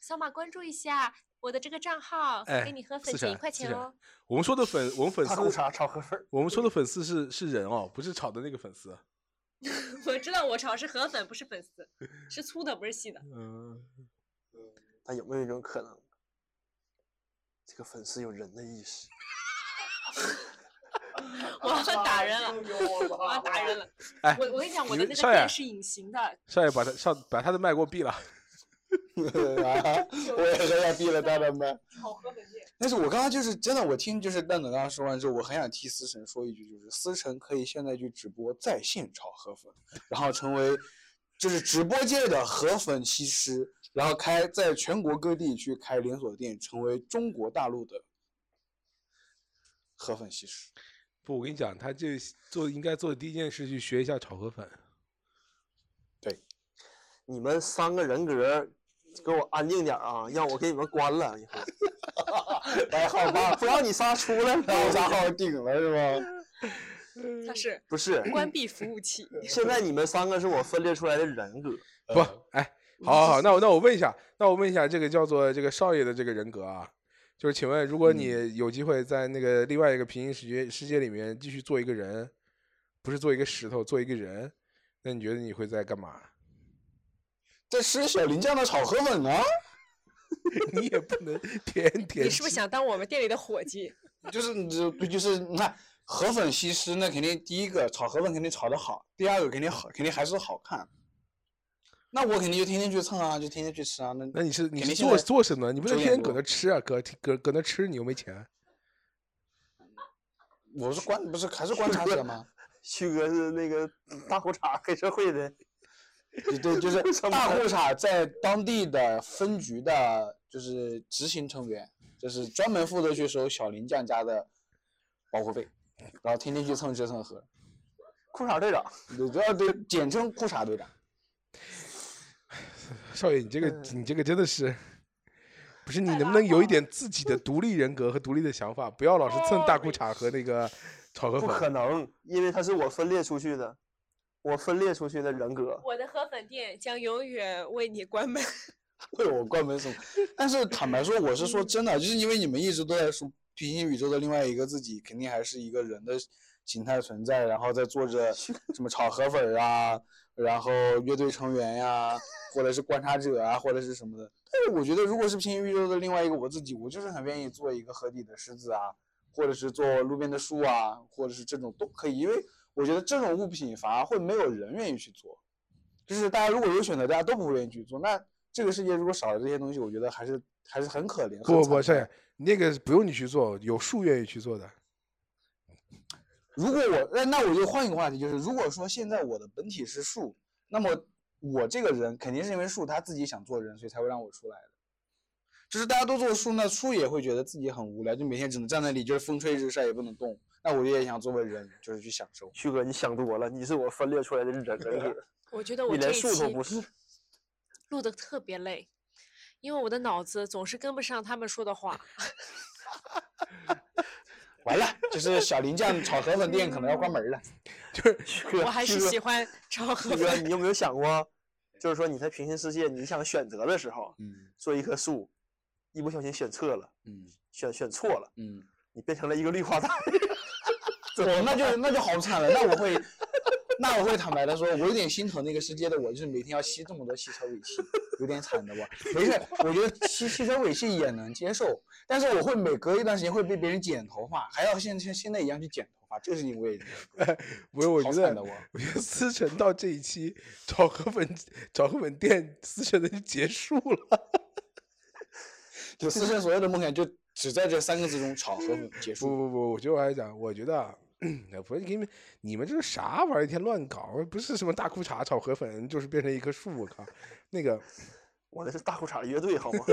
S2: 小马关注一下我的这个账号，
S1: 哎
S2: 给你喝
S1: 思
S2: 粉减一
S1: 辰
S2: 块
S1: 思
S2: 钱
S1: 辰
S2: 哦。
S1: 我们说的粉，我们粉
S4: 大裤
S1: 丝，
S4: 衩炒河粉儿，
S1: 我们说的粉丝是是人哦，不是炒的那个粉丝。
S2: 我知道我炒是河粉，不是粉丝，是粗的，不是细的。
S1: 嗯，
S4: 那有没有一种可能，这个粉丝有人的意识？
S2: 我要打人了， 我要打 人了。
S1: 哎
S2: 我我跟你讲，我
S1: 你们
S2: 的那
S1: 少
S2: 个
S1: 爷
S2: 店是隐形的，
S1: 少爷把他上把他的麦给我闭了。
S3: 啊我也很想毙了他的麦。
S2: 炒河粉店。
S3: 但是我刚刚就是真的，我听就是蛋总刚刚说完之后，我很想替思辰说一句，就是思辰可以现在去直播在线炒河粉，然后成为就是直播界的河粉西施，然后开在全国各地去开连锁店，成为中国大陆的河粉西施。
S1: 不，我跟你讲，他这做应该做的第一件事去学一下炒河粉。
S4: 你们三个人格儿，给我安静点儿啊！让我给你们关 了以后。
S3: 来号
S4: 啊，
S3: 吧，
S4: 不让你仨出来
S3: 让我
S4: 了。
S3: 家号顶了是吗？
S2: 它是
S4: 不是，
S2: 嗯关闭服务器。
S4: 现在你们三个是我分裂出来的人格，
S1: 不，哎，好好好，那我那我问一下，那我问一下，这个叫做这个少爷的这个人格啊，就是请问，如果你有机会在那个另外一个平行世界世界里面继续做一个人，不是做一个石头，做一个人，那你觉得你会在干嘛？
S3: 在吃小林酱的炒河粉啊，
S1: 你也不能 天天
S2: 你是不
S1: 吃
S2: 是想当我们店里的伙计？
S3: 就是你就就是你看河粉西施，那肯定第一个炒河粉肯定炒得好，第二个肯定好，肯定还是好看。那我肯定就天天去蹭啊，就天天去吃啊。那
S1: 那你是你
S3: 肯
S1: 是
S3: 定现
S1: 做
S3: 在
S1: 做什么？你不能
S3: 九
S1: 天
S3: 点
S1: 天搁
S3: 多
S1: 那吃啊，搁搁搁那吃，你又没钱。
S3: 我是观不是还是观察者吗？
S4: 旭哥是那个大裤衩黑社会的，
S3: 对 对，就是
S4: 什么
S3: 大裤衩在当地的分局的，就是执行成员，就是专门负责去收小林酱家的保护费，然后天天去蹭吃蹭喝。
S4: 裤衩队长。
S3: 对，主要对，简称裤衩队长。
S1: 少爷，你这个
S3: 嗯
S1: 你这个真的 是，不是你能不能有一点自己的独立人格和独立的想法，不要老是蹭大裤衩和那个炒河
S4: 不
S1: 粉。
S4: 可能，因为它是我分裂出去的，我分裂出去的人格。
S2: 我的河粉店将永远为你关门。
S3: 为我关门什么？但是坦白说，我是说真的，就是因为你们一直都在说平行宇宙的另外一个自己，肯定还是一个人的形态存在，然后在做着什么炒河粉儿啊，然后乐队成员呀、或者是观察者啊，或者是什么的。但是我觉得，如果是平行宇宙的另外一个我自己，我就是很愿意做一个河底的狮子啊，或者是做路边的树啊，或者是这种都可以，因为我觉得这种物品反而会没有人愿意去做。就是大家如果有选择，大家都不愿意去做，那这个世界如果少了这些东西，我觉得还是还是很可怜。
S1: 不
S3: 很
S1: 不不，
S3: 惨
S1: 少
S3: 的
S1: 爷，那个不用你去做，有树愿意去做的。
S3: 如果我那那我就换一个话题，就是如果说现在我的本体是树，那么我这个人肯定是因为树他自己想做人，所以才会让我出来的。就是大家都做树，那树也会觉得自己很无聊，就每天只能站在那里，就是风吹日晒也不能动。那我也想作为人，就是去享受。
S4: 旭哥，你想多了，你是我分裂出来的人人格，
S2: 我觉得我
S4: 你
S2: 这一
S4: 连树都
S2: 期
S4: 不 是。
S2: 录的特别累，因为我的脑子总是跟不上他们说的话。
S3: 完了，就是小林酱炒河粉店可能要关门了。
S4: 旭哥，
S2: 我还是
S4: 旭哥
S2: 喜欢炒河
S4: 旭哥，
S2: 粉。
S4: 你有没有想过，就是说你在平行世界，你想选择的时候，
S3: 嗯
S4: 做一棵树，一不小心选错了，
S3: 嗯
S4: 选选错了，
S3: 嗯，
S4: 你变成了一个绿化带。
S3: 我哦那就那就好惨了。那我会，那我会坦白的说，我有点心疼那个世界的我，就是每天要吸这么多汽车尾气，有点惨的吧。没事，我觉得吸汽车尾气也能接受，但是我会每隔一段时间会被别人剪头发，还要像像现在一样去剪头发，这个事情我也
S1: 不是，我觉
S3: 好
S1: 得
S3: 惨的我
S1: 我觉得思辰到这一期炒河粉炒河粉店，思辰的就结束了。
S3: 就私生所有的梦想就只在这三个字中炒和粉结
S1: 不
S3: 束。
S1: 不不，我觉得我还讲，我觉得啊， 哎不是你们你们这是啥玩意儿？一天乱搞，不是什么大裤衩炒河粉，就是变成一棵树。我靠，那个。
S4: 我那是大裤衩乐队，好吗？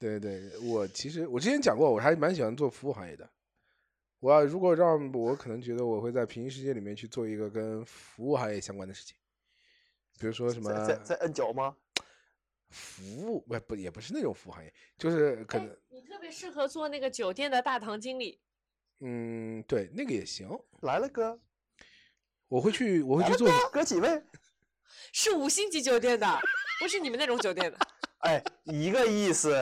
S1: 对对，我其实我之前讲过，我还蛮喜欢做服务行业的。我要如果让我可能觉得我会在平行世界里面去做一个跟服务行业相关的事情，比如说什么
S4: 在在在摁脚吗？
S1: 服务，不不也不是那种服务行业，就是可
S2: 哎
S1: 能
S2: 你特别适合做那个酒店的大堂经理。
S1: 嗯对那个也行，
S4: 来了哥，
S1: 我会去我会去做
S4: 哥几位？
S2: 是五星级酒店的，不是你们那种酒店的。
S4: 哎，一个意思。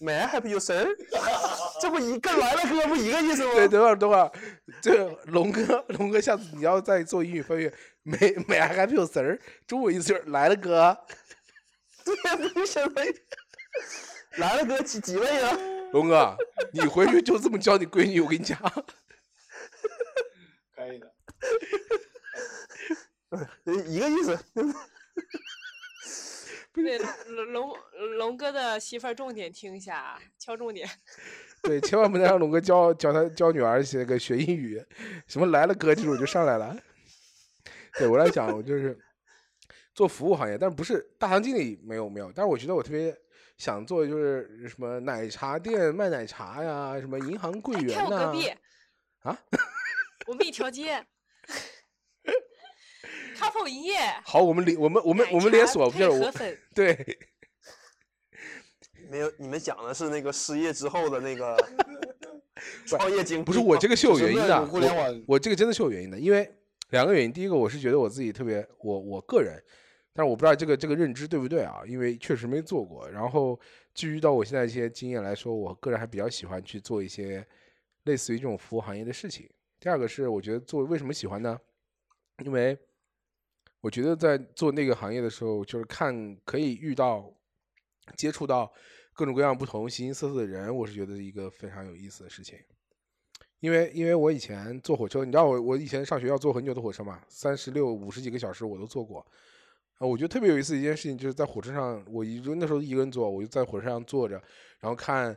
S4: May I help you, sir？这不一跟来了哥不一个意思吗？
S1: 对，等会儿，等会儿，这龙哥，龙哥，下次你要再做英语翻译，美美 I happy you sir，中文意思就是来了哥。
S4: 对，不是没。 来了哥几几位啊？
S1: 龙哥，你回去就这么教你闺女，我跟你讲。
S3: 可以的。
S4: 一个意思。
S2: 对，龙龙呃龙哥的媳妇儿，重点听一下啊，敲重点。
S1: 对，千万不能让龙哥教教他教女儿写个学英语，什么来了哥这种就上来了。 对我来讲，我就是做服务行业，但不是大堂经理没有没有，但是我觉得我特别想做的就是什么奶茶店卖奶茶呀，什么银行柜
S2: 哎，
S1: 员
S2: 看我
S1: 呐、
S2: 隔壁
S1: 啊，
S2: 我们一 条街。couple 营业，
S1: 好，我们连我们我们我们连锁，不是
S2: 配河
S1: 我
S2: 粉，
S1: 对
S4: 没有，你们讲的是那个失业之后的 那个创业经历吗。
S1: 不是我这个是有
S3: 就是
S1: 原因
S3: 那
S1: 的，
S3: 种互联
S1: 我
S3: 网
S1: 我这个真的是有原因的，因为两个原因，第一个我是觉得我自己特别，我我个人但是我不知道这个这个认知对不对啊，因为确实没做过。然后至于到我现在一些经验来说，我个人还比较喜欢去做一些类似于这种服务行业的事情。第二个是我觉得做为什么喜欢呢？因为我觉得在做那个行业的时候，就是看可以遇到、接触到各种各样不同、形形色色的人，我是觉得是一个非常有意思的事情。因为因为我以前坐火车，你知道我我以前上学要坐很久的火车嘛，三十六五十几个小时我都坐过。啊，我觉得特别有意思的一件事情就是在火车上，我一就那时候一个人坐，我就在火车上坐着，然后看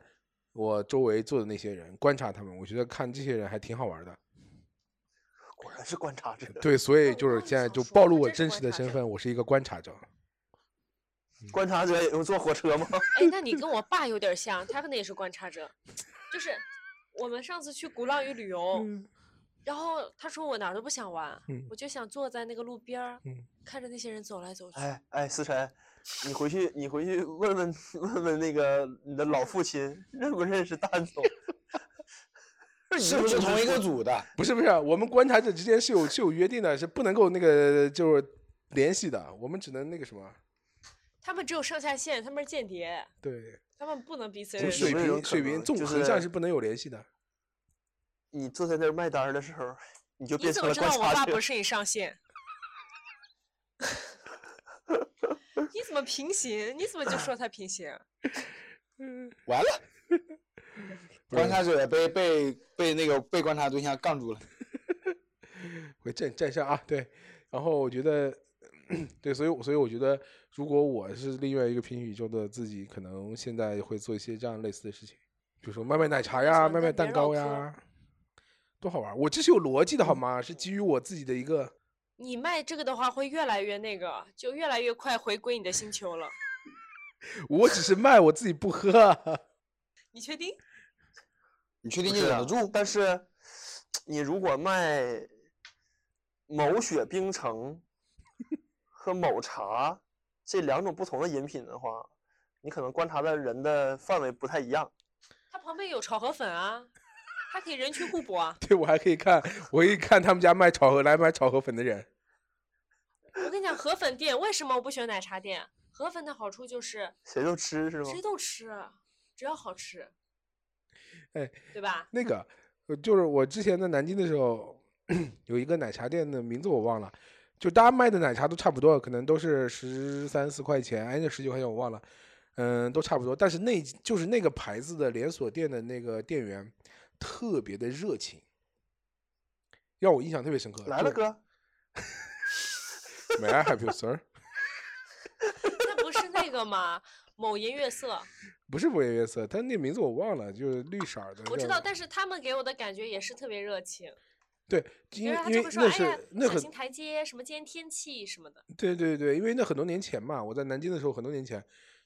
S1: 我周围坐的那些人，观察他们，我觉得看这些人还挺好玩的。
S4: 果然是观察者，
S1: 对，所以
S2: 哦
S1: 就是
S2: 那你
S1: 现在
S2: 想
S1: 就
S2: 说
S1: 暴
S2: 我
S1: 露我
S2: 真是
S1: 真
S2: 观
S1: 实的
S2: 察
S1: 身
S2: 者
S1: 份，我是一个观察者。
S4: 观察者也用坐火车吗？
S2: 哎，那你跟我爸有点像，他可能也是观察者，就是我们上次去鼓浪屿旅游，
S4: 嗯
S2: 然后他说我哪儿都不想玩，
S1: 嗯
S2: 我就想坐在那个路边儿，
S1: 嗯
S2: 看着那些人走来走去。
S4: 哎哎，思辰，你回去你回去问问 问问那个你的老父亲认不认识蛋总，
S3: 是不是同一个组的？
S1: 不是不是，我们观察者之间是有是有约定的，是不能够那个就是联系的，我们只能那个什么，
S2: 他们只有上下线，他们是间谍，
S1: 对，
S2: 他们不能彼此
S4: 不
S2: 认
S4: 是
S1: 水
S2: 识。
S4: 有没有
S1: 平
S4: 可
S1: 水平
S4: 能
S1: 纵
S4: 就
S1: 横向
S4: 是
S1: 是不能有联系的。
S4: 你坐在那儿卖单儿的时候，你就
S2: 你
S4: 变
S2: 怎么
S4: 成了
S2: 知道
S4: 观
S2: 我爸
S4: 察者
S2: 不。是你上线？ 你怎么平行？你怎么就说他平行？
S3: 完了，观察者被被被那个被观察对象杠住了。
S1: 会站站上啊，对。然后我觉得， 对，所以我所以我觉得，如果我是另外一个平行宇宙的自己，可能现在会做一些这样类似的事情，比如说卖卖奶茶
S2: 你
S1: 呀，
S2: 想
S1: 卖
S2: 当
S1: 卖蛋
S2: 别人
S1: 糕
S2: 老婆
S1: 呀，多好玩儿！我这是有逻辑的好吗？是基于我自己的一个，
S2: 你卖这个的话，会越来越那个，就越来越快回归你的星球了。
S1: 我只是卖，我自己不喝。啊
S2: 你确定？
S3: 你确定
S4: 不
S3: 你
S4: 是
S3: 忍
S4: 啊
S3: 得住？
S4: 但是你如果卖某雪 冰城和某茶这两种不同的饮品的话，你可能观察的人的范围不太一样。
S2: 它旁边有炒河粉啊，它可以人群互补啊。
S1: 对我还可以看，我可以看他们家卖炒河来买炒河粉的人。
S2: 我跟你讲，河粉店为什么我不选奶茶店？河粉的好处就是
S4: 谁都吃是吗？
S2: 谁都吃，只要好吃，
S1: 哎，
S2: 对吧？
S1: 那个，呃就是我之前在南京的时候， 有一个奶茶店的名字我忘了，就大家卖的奶茶都差不多，可能都是十三四块钱，哎，那十几块钱我忘了，嗯，都差不多。但是那就是那个牌子的连锁店的那个店员特别的热情，让我印象特别深刻。
S4: 来了，
S1: 哥
S4: 哥，
S1: ，May I have you, sir？
S2: 那不是那个嘛，某音乐色，
S1: 不是不约瑟，但那名字我忘了，就是绿色儿的。
S2: 我知道，但是他们给我的感觉也是特别热情，
S1: 对，因
S2: 因为
S1: 为
S2: 他
S1: 因
S2: 就
S1: 为
S2: 会
S1: 那
S2: 说，哎呀
S1: 是，那
S2: 小
S1: 很
S2: 心台阶，什么今天天气什么的。
S1: 对对对，因为那很多年前嘛，我在南京的时候，很多年前，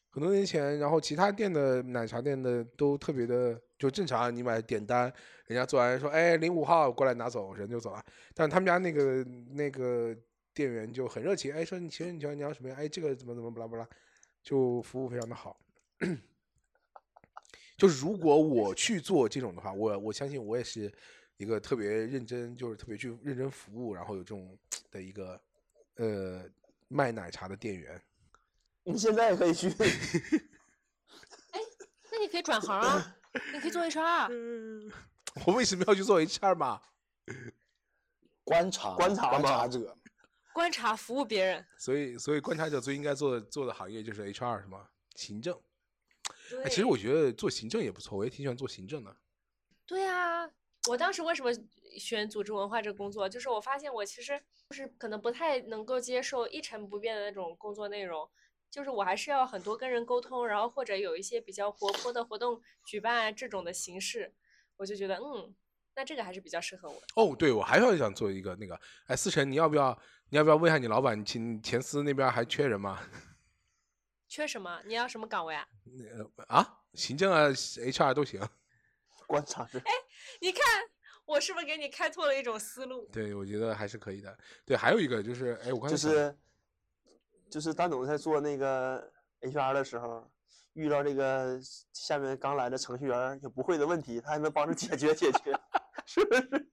S1: 很多年前，然后其他店的奶茶店的都特别的就正常，你买点单，人家做完说，哎，零五号过来拿走，人就走了。但他们家那个那个店员就很热情，哎，说你请问你要你要什么呀？哎，这个怎么怎么不啦不啦，就服务非常的好。 就是如果我去做这种的话，我我相信我也是一个特别认真，就是特别去认真服务，然后有这种的一个呃卖奶茶的店员。
S4: 你现在也可以去
S2: 那你可以转行啊，你可以做啊 HR，
S1: 我为什么要去做 HR 嘛？
S3: 观察
S4: 观察
S3: 观
S4: 嘛
S3: 察者，
S2: 观察服务别人。
S1: 所以，所以观察者最应该做的做的行业就是 HR 是吗？行政。哎
S2: 对，
S1: 其实我觉得做行政也不错，我也挺喜欢做行政的。
S2: 对啊，我当时为什么选组织文化这个工作，就是我发现我其实就是可能不太能够接受一成不变的那种工作内容，就是我还是要很多跟人沟通，然后或者有一些比较活泼的活动举办啊这种的形式，我就觉得嗯，那这个还是比较适合我的。
S1: 哦，对，我还要想做一个那个，哎，思辰，你要不要，你要不要问一下你老板，你前前司那边还缺人吗？
S2: 缺什么？你要什么岗位啊？
S1: 啊，行政啊，HR 都行。
S4: 观察者。
S2: 你看我是不是给你开拓了一种思路？
S1: 对，我觉得还是可以的。对，还有一个就是，哎，我刚才
S4: 就
S1: 想
S4: 是就是丹总在做那个 HR 的时候，遇到这个下面刚来的程序员儿有不会的问题，他还能帮着解决解决， 是不是？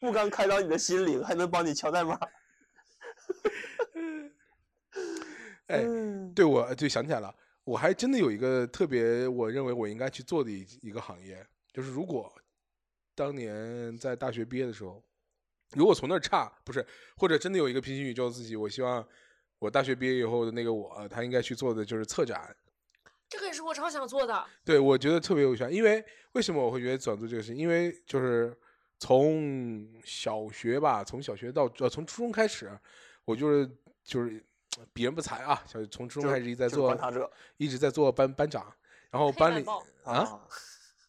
S4: 不光开导你的心灵，还能帮你敲代码。
S1: 哎，
S4: 嗯，
S1: 对我对想起来了，我还真的有一个特别，我认为我应该去做的一一个行业，就是如果当年在大学毕业的时候，如果从那儿差不是，或者真的有一个平行宇宙自己，我希望我大学毕业以后的那个我，他应该去做的就是策展。
S2: 这个也是我超想做的。
S1: 对，我觉得特别有趣，因为为什么我会觉得转做这个事情？因为就是从小学吧，从小学到呃从初中开始，我就是就是鄙人不才啊，小从初中
S4: 就
S1: 开始一直在
S4: 就是
S1: 做
S4: 观察者
S1: 一直在做班班长，然后
S2: 黑
S1: 班
S2: 板
S1: 里
S2: 报
S1: 啊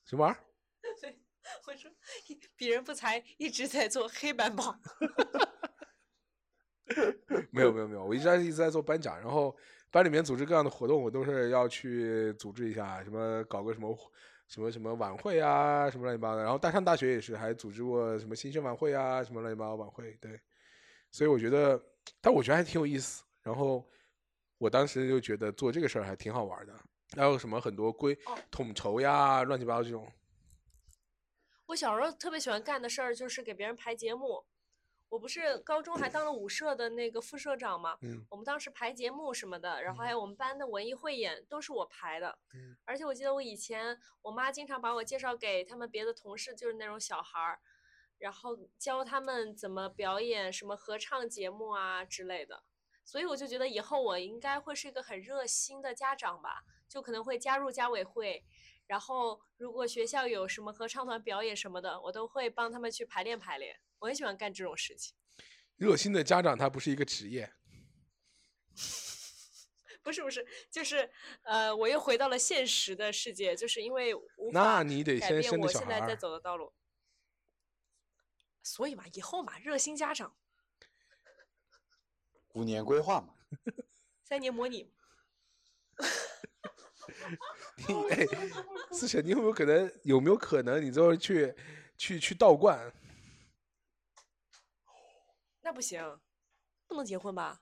S1: 什么玩意儿？
S2: 我说， 鄙人不才，一直在做黑板报。
S1: 没
S2: 嗯
S1: 有没有没有，我一直在一直在做班长，然后班里面组织各样的活动，我都是要去组织一下，什么搞个什么活什么什么晚会啊，什么乱七八糟的。然后大上大学也是，还组织过什么新生晚会啊，什么乱七八糟晚会。对，所以我觉得，但我觉得还挺有意思。然后我当时就觉得做这个事儿还挺好玩的，还有什么很多规
S2: 哦
S1: 统筹呀，乱七八糟这种。
S2: 我小时候特别喜欢干的事儿就是给别人排节目。我不是高中还当了舞社的那个副社长嘛，
S1: 嗯
S2: 我们当时排节目什么的，然后还有我们班的文艺汇演都是我排的。
S1: 嗯
S2: 而且我记得我以前我妈经常把我介绍给他们别的同事，就是那种小孩儿，然后教他们怎么表演什么合唱节目啊之类的。所以我就觉得以后我应该会是一个很热心的家长吧，就可能会加入家委会，然后如果学校有什么合唱团表演什么的，我都会帮他们去排练排练。我很喜欢干这种事情，
S1: 热心的家长他不是一个职业，
S2: 不是不是，就是呃，我又回到了现实的世界，就是因为无
S1: 那
S2: 法
S1: 你得
S2: 改
S1: 先
S2: 变
S1: 生个
S2: 我
S1: 小
S2: 现
S1: 孩
S2: 在在
S1: 儿。
S2: 走的道路。所以嘛，以后嘛，热心家长，
S3: 五年规划嘛，
S2: 三年模拟，
S1: 你哎，思辰，你有没有可能？有没有可能你最后去去去道观？
S2: 那不行，不能结婚吧？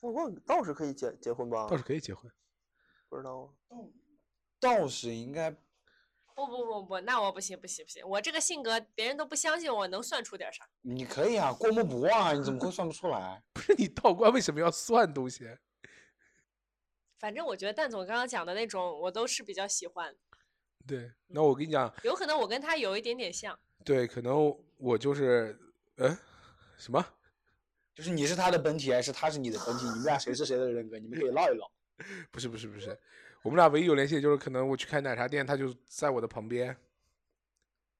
S4: 我忘了道士可以结结婚吧？
S1: 倒是可以结婚。
S4: 不知道啊。
S3: 道士应该
S2: 不不不不，那我不行不行不行，我这个性格别人都不相信我能算出点啥。
S3: 你可以啊，过目不忘啊，你怎么会算不出来？
S1: 不是你道观为什么要算东西？
S2: 反正我觉得蛋总刚刚讲的那种，我都是比较喜欢，
S1: 对，那我跟你讲，
S2: 有可能我跟他有一点点像。
S1: 对，可能我就是，嗯，什么？
S3: 就是你是他的本体，还是他是你的本体？你们俩谁是谁的人格？你们可以唠一唠。
S1: 不是不是不是，我们俩唯一有联系的就是可能我去开奶茶店，他就在我的旁边。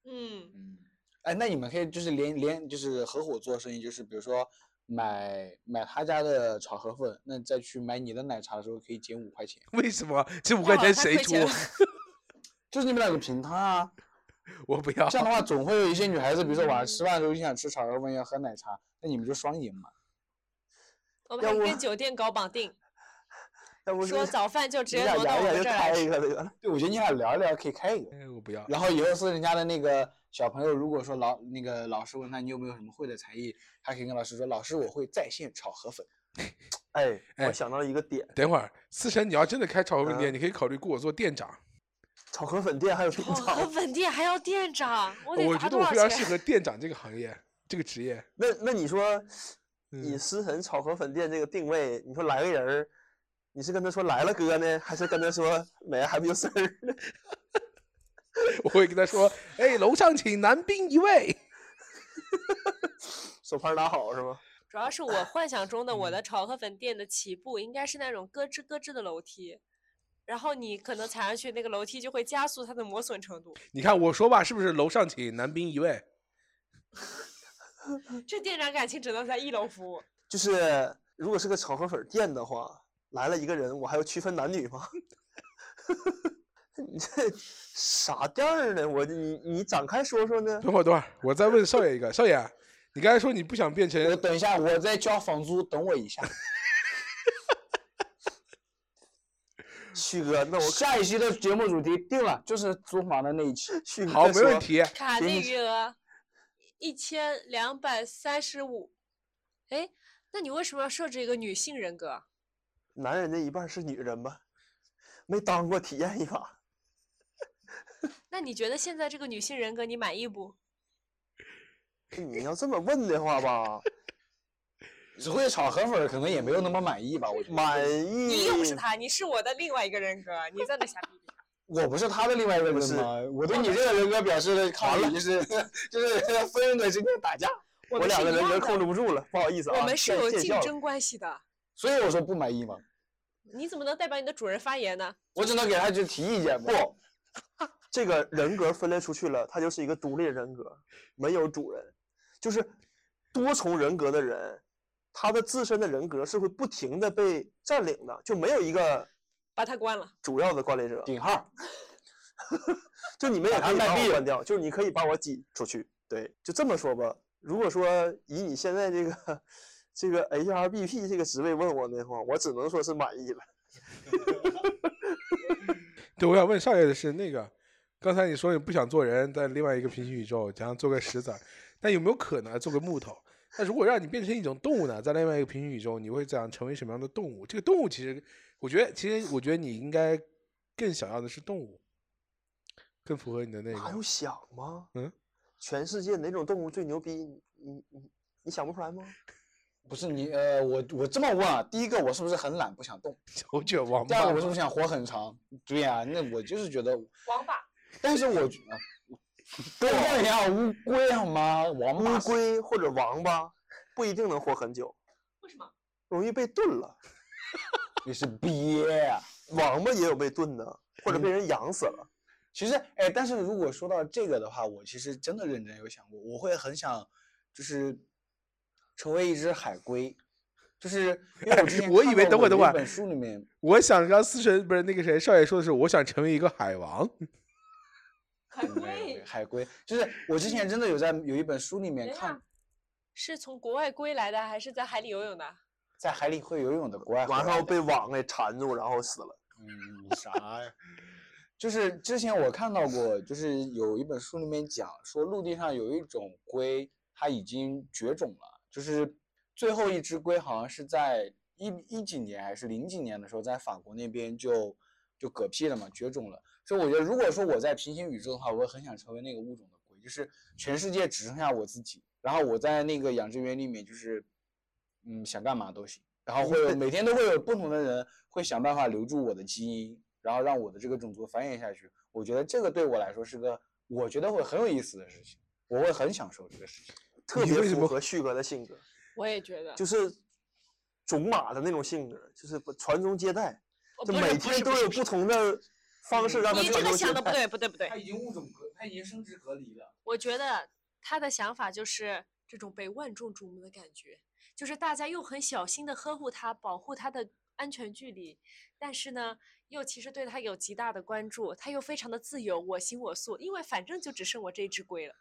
S2: 嗯，
S3: 嗯，哎，那你们可以就是连连就是合伙做生意，就是比如说买买他家的炒河粉，那再去买你的奶茶的时候可以减五块钱，
S1: 为什么？这五块
S2: 那我
S1: 钱
S2: 太
S1: 谁
S2: 亏
S1: 出
S2: 钱？了
S3: 就是你们两个平摊啊。
S1: 我不要。
S3: 这样的话，总会有一些女孩子，比如说晚上吃饭的时候就想吃炒河粉，要喝奶茶，那你们就双赢嘛。
S2: 我们
S4: 要
S2: 还
S4: 不
S2: 跟酒店搞绑定，
S4: 要不
S2: 说
S4: 是
S2: 早饭就直
S4: 你
S2: 接
S4: 俩
S2: 挪到
S4: 聊
S2: 我
S4: 一聊
S2: 们
S4: 就
S2: 这儿来
S4: 开
S2: 吃。
S4: 一个这个。
S3: 对，我觉得你俩聊一聊可以开一个。
S1: 哎，我不要。
S3: 然后以后是人家的那个小朋友，如果说老那个老师问他你有没有什么会的才艺，还可以跟老师说，老师我会在线炒河粉。
S4: 哎，
S1: 哎
S4: 我想到一个点，
S1: 等会儿，思辰，你要真的开炒河粉店，
S4: 嗯
S1: 你可以考虑雇我做店长。
S4: 炒河粉店 还有
S2: 我
S4: 吐槽。
S2: 和本店还要店长，我得
S1: 我
S2: 罚
S1: 觉得
S2: 多
S1: 我
S2: 少
S1: 非常适
S2: 钱？啊
S1: 合店长这个行业，这个职业。
S4: 那那你说，以
S1: 嗯
S4: 思恒炒河粉店这个定位，你说来个人儿，你是跟他说来了哥呢，还是跟他说没还没有事儿呢？
S1: 我会跟他说：“哎，楼上请男宾一位。
S4: 手牌打好是吗？
S2: 主要是我幻想中的我
S4: 嗯
S2: 的炒河粉店的起步应该是那种咯吱咯吱的楼梯，然后你可能踩上去那个楼梯就会加速它的磨损程度。”
S1: 你看我说吧，是不是楼上请男宾一位？
S2: 这店长感情只能在一楼服务。
S4: 就是如果是个炒河粉店的话，来了一个人，我还要区分男女吗？ 你这啥店儿呢？我你你展开说说呢？
S1: 等会儿，等会儿，我再问少爷一个。少爷，啊你刚才说你不想变
S3: 我
S1: 成……
S3: 等一下，我在交房租，等我一下。
S4: 旭哥，那我
S3: 下一期的节目主题定了，就是租房的那一期。
S4: 旭哥
S1: 好，
S4: 再
S1: 没问
S4: 说。
S1: 题。
S2: 卡
S4: 给
S2: 内
S4: 你
S2: 余额一千两百三十五。哎，那你为什么要设置一个女性人格？
S4: 男人的一半是女人吧？没当过，体验一把。
S2: 那你觉得现在这个女性人格你满意不？
S4: 你要这么问的话吧，
S3: 只 会炒河粉儿，可能也没有那么满意吧。我觉得
S4: 满意。
S2: 你又不是他，你是我的另外一个人格，你在那瞎逼逼。
S3: 我不是他的另外一个人
S4: 不是
S3: 格吗？我对你这个人格表示的抗议，就是 就是分人格之间打架，
S2: 我
S4: 我
S2: 们
S4: 两
S2: 是
S4: 个
S2: 一
S4: 人
S2: 样
S4: 格
S2: 的，
S4: 控制不住了，不好意 思啊。
S2: 我们是
S4: 见
S2: 有
S4: 见
S2: 竞
S4: 笑了
S2: 争关系的。
S3: 所以我说不满意嘛。
S2: 你怎么能代表你的主人发言呢？
S3: 我只能给他去提意见嘛。
S4: 不这个人格分裂出去了，他就是一个独立人格，没有主人。就是多重人格的人，他的自身的人格是会不停的被占领的，就没有一个
S2: 把他关了。
S4: 主要的关联者。
S3: 顶号，
S4: 就你们也
S3: 把
S4: 可以
S3: 它卖
S4: 把我
S3: 毙
S4: 关掉，就是你可以把我挤出去。对，就这么说吧。如果说以你现在这个 这个 HRBP 这个职位问我的话，我只能说是满意了。
S1: 对，我想问少爷的是那个，刚才你说你不想做人，在另外一个平行宇宙想要做个石子儿，但有没有可能做个木头？那如果让你变成一种动物呢，在另外一个平行宇宙，你会想成为什么样的动物？这个动物其实，我觉得，其实我觉得你应该更想要的是动物，更符合你的那
S4: 还
S1: 个
S4: 用。想吗？
S1: 嗯，
S4: 全世界哪种动物最牛逼？你你你你想不出来吗？
S3: 不是你呃，我我这么问啊，第一个我是不是很懒不想动？
S1: 小卷王
S3: 第二
S1: 八
S3: 个我是不是想活很长？对呀、那我就是觉得，
S2: 王八，
S3: 但是我觉 得跟
S1: 啊
S3: 我一样，乌龟好吗？王八
S4: 乌龟或者王八不一定能活很久，
S2: 为什么？
S4: 容易被炖了。
S3: 你是鳖啊。
S4: 王八也有被炖的，
S1: 嗯
S4: 或者被人养死了。
S3: 其实，哎，但是如果说到这个的话，我其实真的认真有想过，我会很想，就是成为一只海龟，就是因为我之前
S1: 我
S3: 看
S1: 以为
S3: 到
S1: 等
S3: 过
S1: 会等
S3: 有
S1: 会
S3: 一本书里面，
S1: 我想让思辰不是那个谁少爷说的是，我想成为一个海王。
S2: 海
S3: 没有没有，海龟，就是我之前真的有在有一本书里面
S2: 等一
S3: 看
S2: 下， 是从国外归来的，还是在海里游泳的？
S3: 在海里会游泳的国
S1: 哎
S3: 外回
S4: 完
S3: 来
S4: 后
S3: 的
S4: 被网给缠住，然后死了。
S3: 嗯，啥呀？ 就是之前我看到过，就是有一本书里面讲说，陆地上有一种龟，它已经绝种了。就是最后一只龟好像是在一一几年还是零几年的时候，在法国那边就就嗝屁了嘛，绝种了。所以我觉得，如果说我在平行宇宙的话，我会很想成为那个物种的龟，就是全世界只剩下我自己，然后我在那个养殖园里面，就是嗯想干嘛都行，然后会有每天都会有不同的人会想办法留住我的基因，然后让我的这个种族繁衍下去。我觉得这个对我来说是个我觉得会很有意思的事情，我会很享受这个事情。
S4: 特
S1: 你
S4: 别
S1: 为什
S4: 符
S1: 么
S4: 合旭哥的性格，
S2: 我也觉得，
S4: 就是种马的那种性格，就是不传宗接代，
S2: 哦
S4: 就
S2: 不是
S4: 每
S2: 不
S4: 天
S2: 是
S4: 都
S2: 是
S4: 有
S2: 是
S4: 不同的方式让他
S2: 你这
S4: 传
S2: 个
S4: 宗接
S2: 想的不
S4: 代。
S2: 对，不对，不对。
S3: 已经物种隔，它已经生殖隔离了。
S2: 我觉得他的想法就是这种被万众瞩目的感觉，就是大家又很小心的呵护他，保护他的安全距离，但是呢，又其实对他有极大的关注，他又非常的自由，我行我素，因为反正就只剩我这只龟了。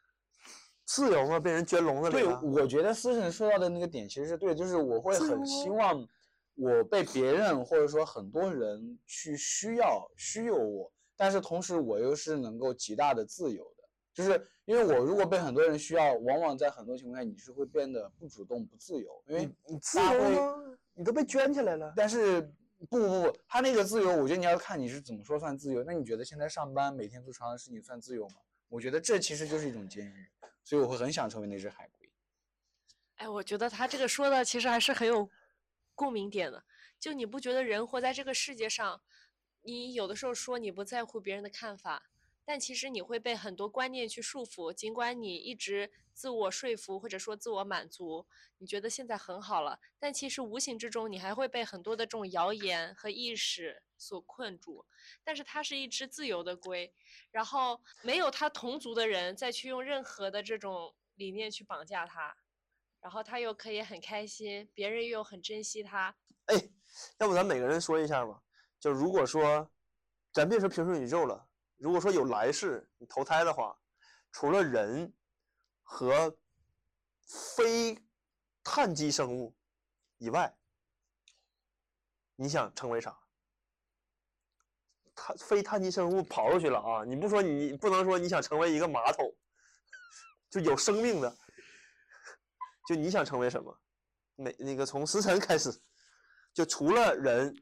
S4: 自由嘛，被人圈笼子里啊
S3: 对，
S4: 了。
S3: 我觉得思辰说到的那个点其实是对，就是我会
S2: 自
S3: 很
S2: 由
S3: 希
S2: 哦
S3: 望我被别人或者说很多人去需要需有我，但是同时我又是能够极大的自由的，就是因为我如果被很多人需要，往往在很多情况下你是会变得不主动、不自由，因为
S4: 你你自
S3: 大家会
S4: 由吗？你都被圈起来了。
S3: 但是不不不，他那个自由，我觉得你要看你是怎么说算自由。那你觉得现在上班每天做长的事情算自由吗？我觉得这其实就是一种监狱，所以我会很想成为那只海龟。
S2: 哎，我觉得他这个说的其实还是很有共鸣点的。就你不觉得人活在这个世界上，你有的时候说你不在乎别人的看法，但其实你会被很多观念去束缚。尽管你一直自我说服或者说自我满足，你觉得现在很好了，但其实无形之中你还会被很多的这种谣言和意识所困住。但是它是一只自由的龟，然后没有它同族的人再去用任何的这种理念去绑架它。然后他又可以很开心，别人又很珍惜他。
S4: 哎，要不咱每个人说一下吧？就如果说，咱别说平行宇宙了，如果说有来世，你投胎的话，除了人和非碳基生物以外，你想成为啥？碳非碳基生物刨出去了啊！你不说你不能说你想成为一个马桶， 就有生命的， 就你想成为什么？哪那个从时辰开始，就除了人，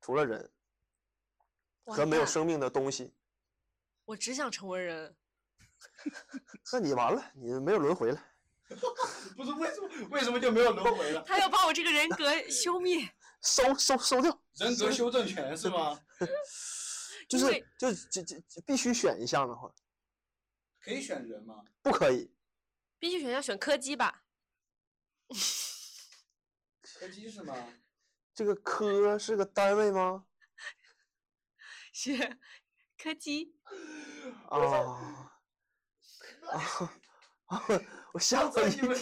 S4: 除了人和
S2: 完
S4: 没有
S2: 蛋
S4: 生命的东西，
S2: 我只想成为人，
S4: 那你完了，你没有轮回了。
S3: 不是为什么为什么就没有轮回了？
S2: 他要把我这个人格消 灭。
S4: 收收收掉，
S3: 人格修正权是吗？
S4: 就
S2: 因
S4: 是
S2: 为
S4: 就就就就必须选一项的话，
S3: 可以选人吗？
S4: 不可以。
S2: 必须选要选柯基吧？
S3: 柯基是吗？
S4: 这个科是个单位吗？
S2: 是柯基。
S4: 啊啊！ 我吓我一
S3: 你们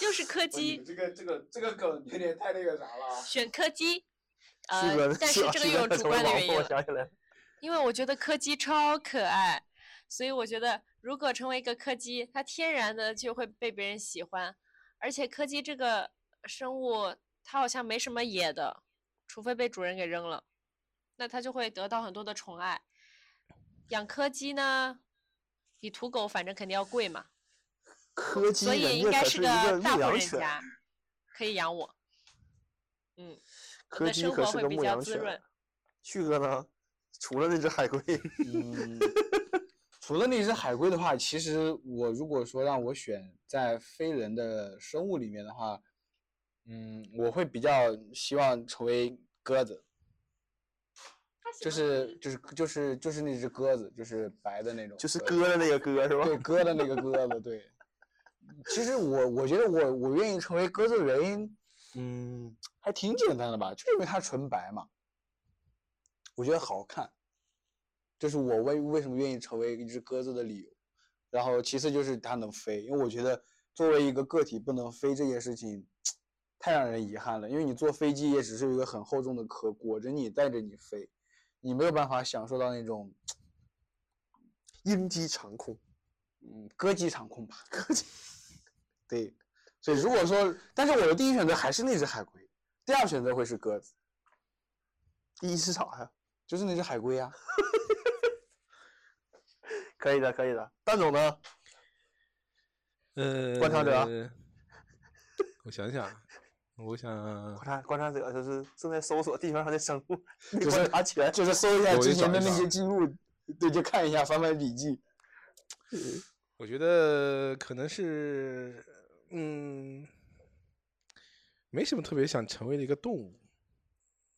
S2: 就是柯
S3: 不是你们
S2: 基，
S3: 这个这个这个梗有点太那个啥了啊。
S2: 选柯基。
S4: 旭哥
S2: 呃，但是
S4: 啊
S2: 这个
S4: 旭
S2: 又有
S4: 哥
S2: 主
S4: 成为
S2: 观的
S4: 网
S2: 原
S4: 红
S2: 因
S4: 我
S2: 了，
S4: 想起来了，
S2: 因为我觉得柯基超可爱，所以我觉得如果成为一个柯基，它天然的就会被别人喜欢，而且柯基这个生物，它好像没什么野的，除非被主人给扔了，那它就会得到很多的宠爱。养柯基呢，比土狗反正肯定要贵嘛，
S4: 柯基
S2: 所以
S4: 人
S2: 应
S4: 家
S2: 该
S4: 可
S2: 是
S4: 一个
S2: 大
S4: 牧
S2: 户
S4: 羊
S2: 人
S4: 犬，
S2: 家，可以养我。嗯，我
S4: 柯
S2: 的
S4: 基
S2: 生
S4: 可
S2: 活
S4: 是
S2: 会
S4: 个
S2: 比
S4: 牧
S2: 较
S4: 羊
S2: 滋润
S4: 犬。。旭哥呢？除了那 只海龟，
S3: 嗯，除了那只海龟的话，其实我如果说让我选在非人的生物里面的话，嗯，我会比较希望成为鸽子，就是就是就是就是那只鸽子，就是白的那种鸽子，
S4: 就是割的那个割是吧？
S3: 对鸽的那个鸽子，对。其实我我觉得我我愿意成为鸽子的原因，嗯，还挺简单的吧，就因为它纯白嘛，我觉得好看，这是我为为什么愿意成为一只鸽子的理由。然后其次就是它能飞，因为我觉得作为一个个体不能飞这件事情，太让人遗憾了。因为你坐飞机也只是一个很厚重的壳裹着你带着你飞，你没有办法享受到那种
S4: 鹰击长空，
S3: 嗯，歌姬场控吧，歌 姬。对，所以如果说，但是我的第一选择还是那只海龟，第二选择会是鸽子，
S4: 第一是啥呀？
S3: 啊就是那只海龟呀、啊
S4: 可以的，可以的。蛋总呢？
S1: 呃，
S4: 观察者啊
S1: 我想想啊，我想啊，
S4: 观察观察者就是正在搜索地球上的生物，
S3: 就是
S4: 没观察全。
S3: 哎就是搜一下
S1: 我
S3: 之
S1: 也
S3: 前
S1: 找
S3: 的
S1: 一
S3: 那
S1: 找
S3: 些记录，对，就看一下，翻翻笔记。
S1: 我觉得可能是，嗯，没什么特别想成为的一个动物，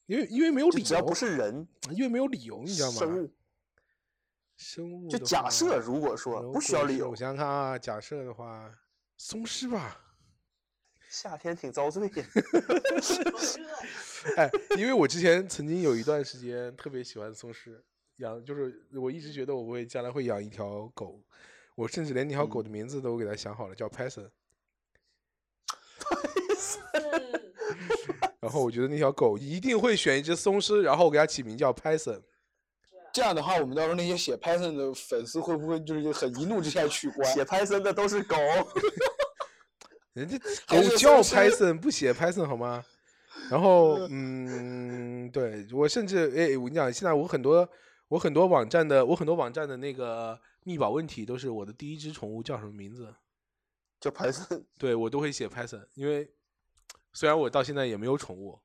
S1: 因为因为没有
S4: 就
S1: 理由，
S4: 只要不是人，
S1: 因为没有理由，你知道吗？
S4: 生物
S1: 生物
S4: 就
S1: 的
S4: 假
S1: 话
S4: 设，如果说不需要
S1: 果
S4: 理
S1: 是
S4: 由
S1: 我，想想看啊，假设的话，松狮吧。
S4: 夏天挺遭罪的。
S1: 哎，因为我之前曾经有一段时间特别喜欢松狮，养就是我一直觉得我会将来会养一条狗，我甚至连那条
S3: 嗯
S1: 狗的名字都给它想好了，叫 Python。然后我觉得那条狗一定会选一只松狮，然后我给它起名叫 Python。
S3: 这样的话，我们到时候那些写 Python 的粉丝会不会就是很一怒之下 取关？
S4: 写 Python 的都是狗，
S1: 人家
S3: 还
S1: 狗
S3: 是
S1: 叫
S3: 松狮
S1: Python 不写 Python 好吗？然后嗯，对我甚至哎，我跟你讲，现在我很多我很多网站的我很多网站的那个密保问题都是我的第一只宠物叫什么名字，
S4: 叫 Python。
S1: 对我都会写 Python，因为虽然我到现在也没有宠物，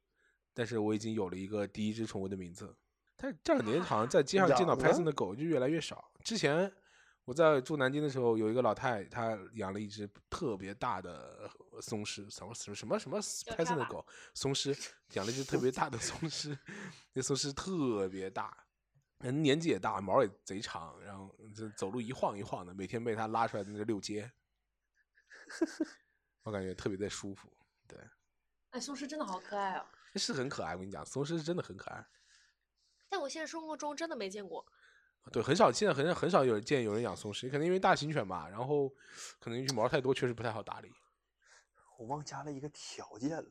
S1: 但是我已经有了一个第一只宠物的名字。但是这两年好像在街上见到
S4: 养了
S1: Python 的狗就越来越少。之前我在住南京的时候，有一个老太，她养了一只特别大的呃松狮，什么什么什么
S2: 叫
S1: Python 的狗，松狮养了一只特别大的松狮，那松狮特别大，人年纪也大，毛也贼长，然后这走路一晃一晃的，每天被它拉出来那个遛街，我感觉特别的舒服。对，
S2: 哎，松狮真的好可爱哦！
S1: 是很可爱。我跟你讲，松狮是真的很可爱。
S2: 在我现实生活中真的没见过。
S1: 对，很少，现在很很少有人见有人养松狮，可能因为大型犬吧，然后可能因为毛太多，确实不太好打理。
S4: 我忘加了一个条件了，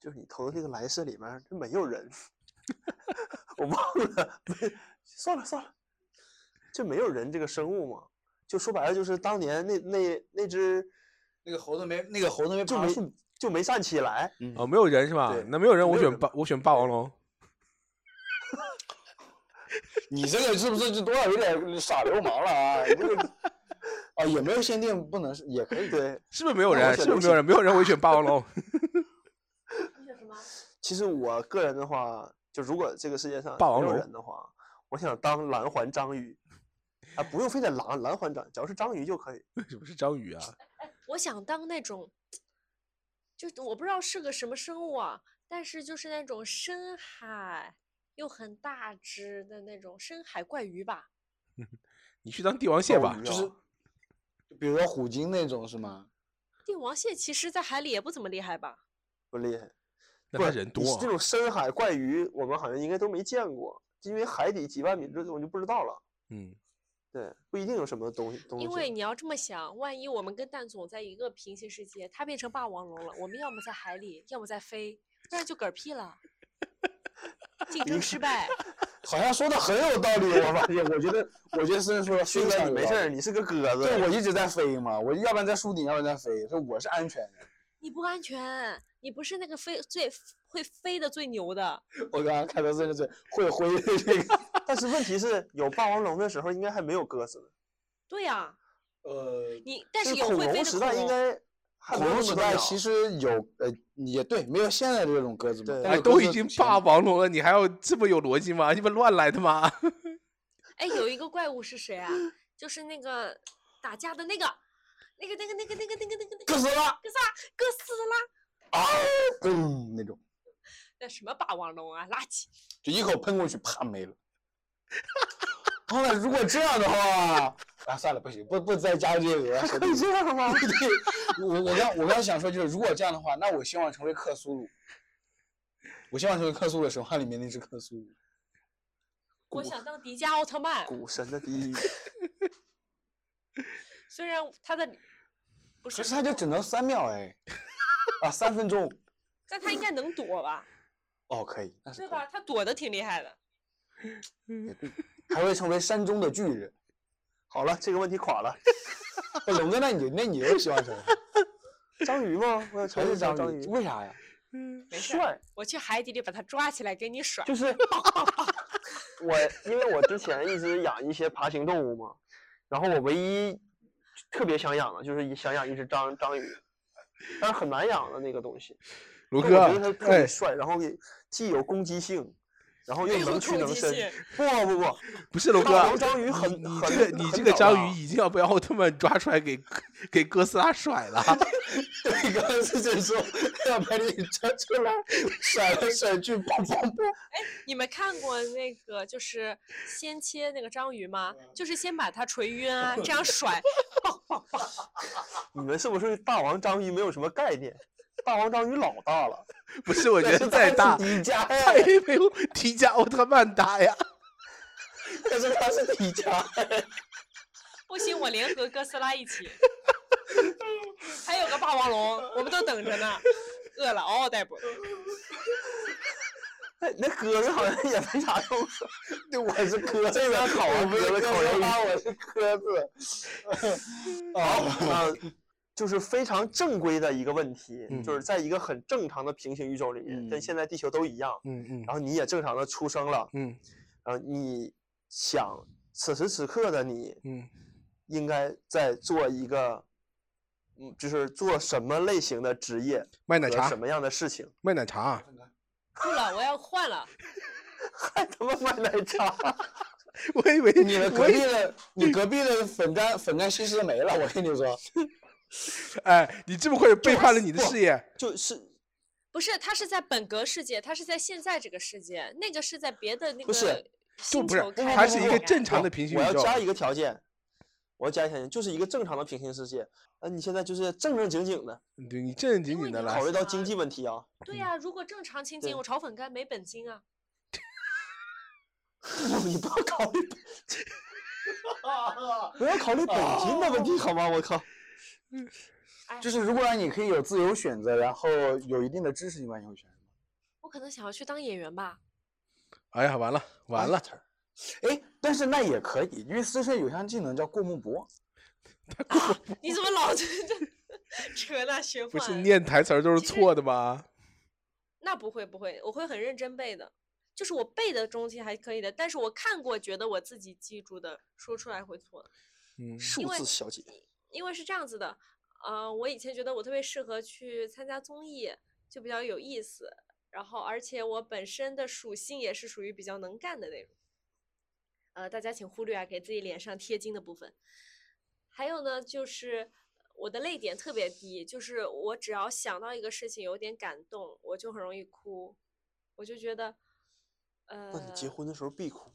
S4: 就是你投的那个来世里面儿这没有人， 我忘了，没算了算了，这没有人这个生物嘛，就说白了就是当年那那那只
S3: 那个猴子没，那个猴子没
S4: 就
S3: 爬
S4: 没
S3: 树，
S4: 就没站起来，
S1: 哦，没有人是吧
S4: 嗯对？
S1: 那没有人，
S4: 没
S1: 我
S4: 有
S1: 选
S4: 人
S1: 霸，我选霸王龙。
S3: 你这个是不是就多少有点耍流氓了啊？你这 个啊，也没有限定，不能是也可以。
S4: 对，
S1: 是不是没有
S4: 那我
S1: 人？
S4: 选
S1: 哦是不是没有
S4: 流星
S1: 人？没有人，我选霸王龙。
S5: 你选什么？
S4: 其实我个人的话，就如果这个世界上
S1: 霸
S4: 没
S1: 王
S4: 有
S1: 龙
S4: 人的话，我想当蓝环章鱼，啊，不用非得蓝蓝环章，只要是章鱼就可以。
S1: 为什么是章鱼啊？
S2: 我想当那种，就我不知道是个什么生物啊，但是就是那种深海又很大只的那种深海怪鱼吧。
S1: 你去当帝王蟹
S4: 哦
S1: 吧，
S3: 就是就比如说虎鲸那种是吗？
S2: 帝王蟹其实，在海里也不怎么厉害吧？
S4: 不厉害。
S1: 那
S4: 不
S1: 他
S4: 是
S1: 人
S4: 你
S1: 多
S4: 这
S1: 啊，
S4: 种深海怪鱼，我们好像应该都没见过，因为海底几万米这种就不知道了。
S1: 嗯，
S4: 对，不一定有什么东西东西。
S2: 因为你要这么想，万一我们跟蛋总在一个平行世界，他变成霸王龙了，我们要么在海里，要么在飞，不然就嗝屁了。竞争失败，
S3: 好像说的很有道理，我发现，我觉得，我觉得孙说的非
S4: 迅哥
S3: 常
S4: 你
S3: 有
S4: 没
S3: 道
S4: 事儿，
S3: 理
S4: 你是个鸽子。
S3: 对，我一直在飞嘛，我要不然在树顶，要不然在飞，所以我是安全的。
S2: 你不安全，你不是那个飞最会飞的最牛的。
S3: 我刚刚看到这个是会挥的这个，
S4: 但是问题是有霸王龙的时候，应该还没有鸽子呢。
S2: 对啊呀、
S3: 呃，
S2: 你但
S4: 就是
S2: 有
S4: 恐
S2: 会飞
S4: 龙
S2: 的
S4: 时代应该还没
S3: 恐
S4: 有
S3: 龙
S4: 那
S3: 时
S4: 么多
S3: 代
S4: 鸟
S3: 其实有，呃，也对，没有现在这种鸽子嘛
S4: 对，
S3: 但
S4: 哎
S1: 哎，
S3: 是
S1: 都
S3: 鸽
S1: 已
S3: 子
S1: 经
S3: 前
S1: 霸王龙了，你还要这么有逻辑吗？你们乱来的 吗？
S2: 哎，有一个怪物是谁啊？就是那个打架的那个，那个那个那个那个那个那个那
S3: 哥
S2: 个
S3: 斯拉，
S2: 哥斯拉，哥斯拉，
S3: 嘣那种，
S2: 那什么霸王龙啊，垃圾！
S3: 就一口喷过去，啪没了。然后呢，如果这样的话，啊，算了，不行，不不再加这个，我要说
S4: 可以这样吗？
S3: 对，我我刚我刚想说，就是如果这样的话，那我希望成为克苏鲁。我希望成为克苏鲁的神话里面那只克苏鲁。
S2: 我想当迪迦奥特曼，
S4: 股神的第一，
S2: 虽然他的不
S3: 可
S2: 是
S3: 是，它就只能三秒哎，啊，三分钟。
S2: 但他应该能躲 吧，
S3: 哦，可以，那是
S2: 对
S3: 可以
S2: 吧？他躲的挺厉害的。
S3: 还会成为山中的巨人。
S4: 好了，这个问题垮了。
S3: 哎龙哥，那你那你又希望成为
S4: 章鱼吗？我
S3: 还
S4: 想尝
S3: 是
S4: 试
S3: 章
S4: 章章
S3: 鱼？
S4: 鱼。
S3: 为啥呀？
S2: 没事儿，
S4: 帅，
S2: 我去海底里把他抓起来给你甩。
S4: 就是 我，因为我之前一直养一些爬行动物嘛，然后我唯一特别想养的就是一想养一只章章鱼，但是很难养的那个东西。
S1: 卢
S4: 但
S1: 哥
S4: 我觉得它，特别
S1: 哎，
S4: 帅，然后也既有攻击性，然后又
S2: 没有
S4: 能屈
S2: 攻
S4: 能
S2: 击
S4: 伸
S2: 性。
S4: 不不不，
S1: 不是卢
S4: 霸
S1: 哥
S4: 王，章鱼很
S1: 你
S4: 很
S1: 这个你
S4: 很啊
S1: 这个
S4: 早
S1: 章
S4: 了
S1: 鱼已经要被奥特曼抓出来给 给哥斯拉甩 了，
S3: 对，刚刚是这说要把你抓出来，甩来甩去，砰砰砰。
S2: 你们看过那个就是先切那个章鱼 吗？就是先把它锤晕啊，这样甩，
S4: 你们是不是对霸王章鱼没有什么概念？霸王章鱼老 大了，
S1: 不是？我觉得再大，哎
S3: 迪 迦
S1: 他
S3: 呀，
S1: 也没有迪迦奥特曼大呀。
S3: 可是他是迪 迦。
S2: 不行，我联合哥斯拉一起，还有个霸王龙，我们都等着呢。饿了，嗷嗷待哺。
S4: 那那鸽子好像也没啥 用。
S3: 对，我是鸽子，这
S4: 边烤完鸽子烤鱿鱼
S3: 我是鸽 子。啊，
S4: 啊，就是非常正规的一个问题，就
S1: 嗯
S4: 是在一个很正常的平行宇宙里面，跟
S3: 嗯
S4: 现在地球都一样，
S1: 嗯嗯
S4: 然后你也正常的出生了，
S1: 嗯
S4: 然后你想此时此刻的你
S1: 嗯
S4: 应该在做一个，嗯，就是做什么类型的职业
S1: 卖奶
S4: 和
S1: 茶
S4: 什，么样的事情，
S1: 卖奶茶，啊
S2: 不了，我要换了。
S4: 还他妈卖奶 茶，
S1: 我以为
S3: 你的
S1: 我
S3: 隔
S1: 以
S3: 壁的，你隔壁的粉干粉干西施没了，我跟你 说，
S1: 哎，你这么快背叛了你的事业，
S4: 就是
S2: 不是，它是在本格世界，它是在现在这个世界，那个是在别的那个
S3: 不是
S1: 就
S2: 星
S1: 不是
S2: 球，开
S1: 它
S2: 的
S1: 是一
S2: 那
S1: 个
S2: 种
S1: 正
S2: 呀
S1: 常
S4: 不
S1: 的平行
S4: 我要
S1: 宇宙。
S4: 加一个条件，我要加一个条件，就是一个正常的平行世界。那你现在就是正正经经的，
S1: 对你正正经
S2: 因为
S1: 经的
S2: 你
S1: 来
S4: 考，虑到经
S2: 啊
S4: 济问题啊。
S2: 对呀、如果正常情景，
S4: 对
S2: 我炒粉干没本金啊。
S4: 你不要考虑，不要考虑本金的问题，好吗？我靠，
S3: 就是如果让你可以有自由选择，然后有一定的知识，你万一会选什么？
S2: 我可能想要去当演员吧。
S1: 哎呀，完了完了，
S3: 哎，但是那也可以，因为私生有项技能叫过目不忘。
S2: 你怎么老这这 扯那玄
S1: 不是
S2: 幻？
S1: 念台词儿都是
S2: 其实
S1: 错的吗？
S2: 那不会不会，我会很认真背的，就是我背的东西还可以的，但是我看过觉得我自己记住的，说出来会错的，
S1: 嗯
S4: 数
S2: 因为
S4: 字小姐，
S2: 因为是这样子的，呃，我以前觉得我特别适合去参加综艺，就比较有意思，然后而且我本身的属性也是属于比较能干的那种，呃，大家请忽略啊，给自己脸上贴金的部分。还有呢，就是我的泪点特别低，就是我只要想到一个事情有点感动，我就很容易哭，我就觉得，呃
S4: 那，你结婚的时候必哭。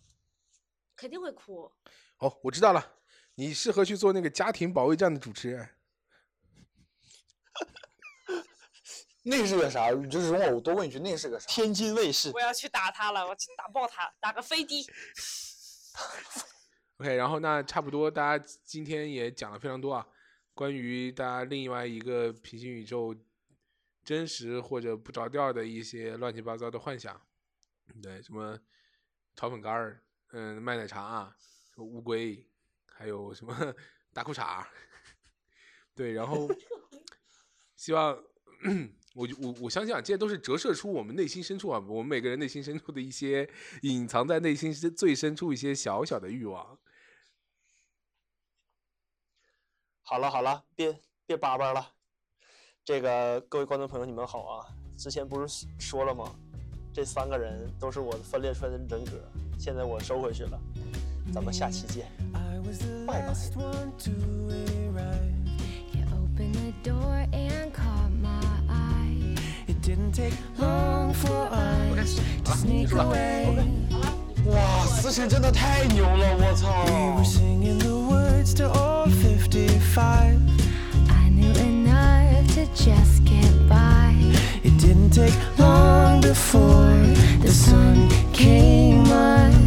S2: 肯定会哭。
S1: 哦，我知道了，你适合去做那个家庭保卫战的主持人。
S3: 那个是个啥？就是容我多问一句，那个是个啥？
S4: 天津卫视
S2: 我要去打他了，我去打爆他，打个飞的。
S1: OK，然后那差不多，大家今天也讲了非常多啊，关于大家另外一个平行宇宙真实或者不着调的一些乱七八糟的幻想，对，什么炒粉干儿，嗯，卖奶茶啊，什么乌龟，还有什么 大裤衩儿，对，然后希望 我就我我相信啊，这些都是折射出我们内心深处啊，我们每个人内心深处的一些隐藏在内心深最深处一些小小的欲望。
S4: 好了好了，别别叭叭了。这个各位观众朋友，你们好啊！之前不是说了吗？这三个人都是我分裂出来的人格，现在我收回去了。咱们下期见。
S6: I was the last one to arrive. You opened the door and caught my eye. It didn't take long for us to sneak away.
S4: 哇，思辰真的太牛了，我操！
S6: We were singing the words to all 55. I knew enough to just get by. It didn't take long before the sun came up.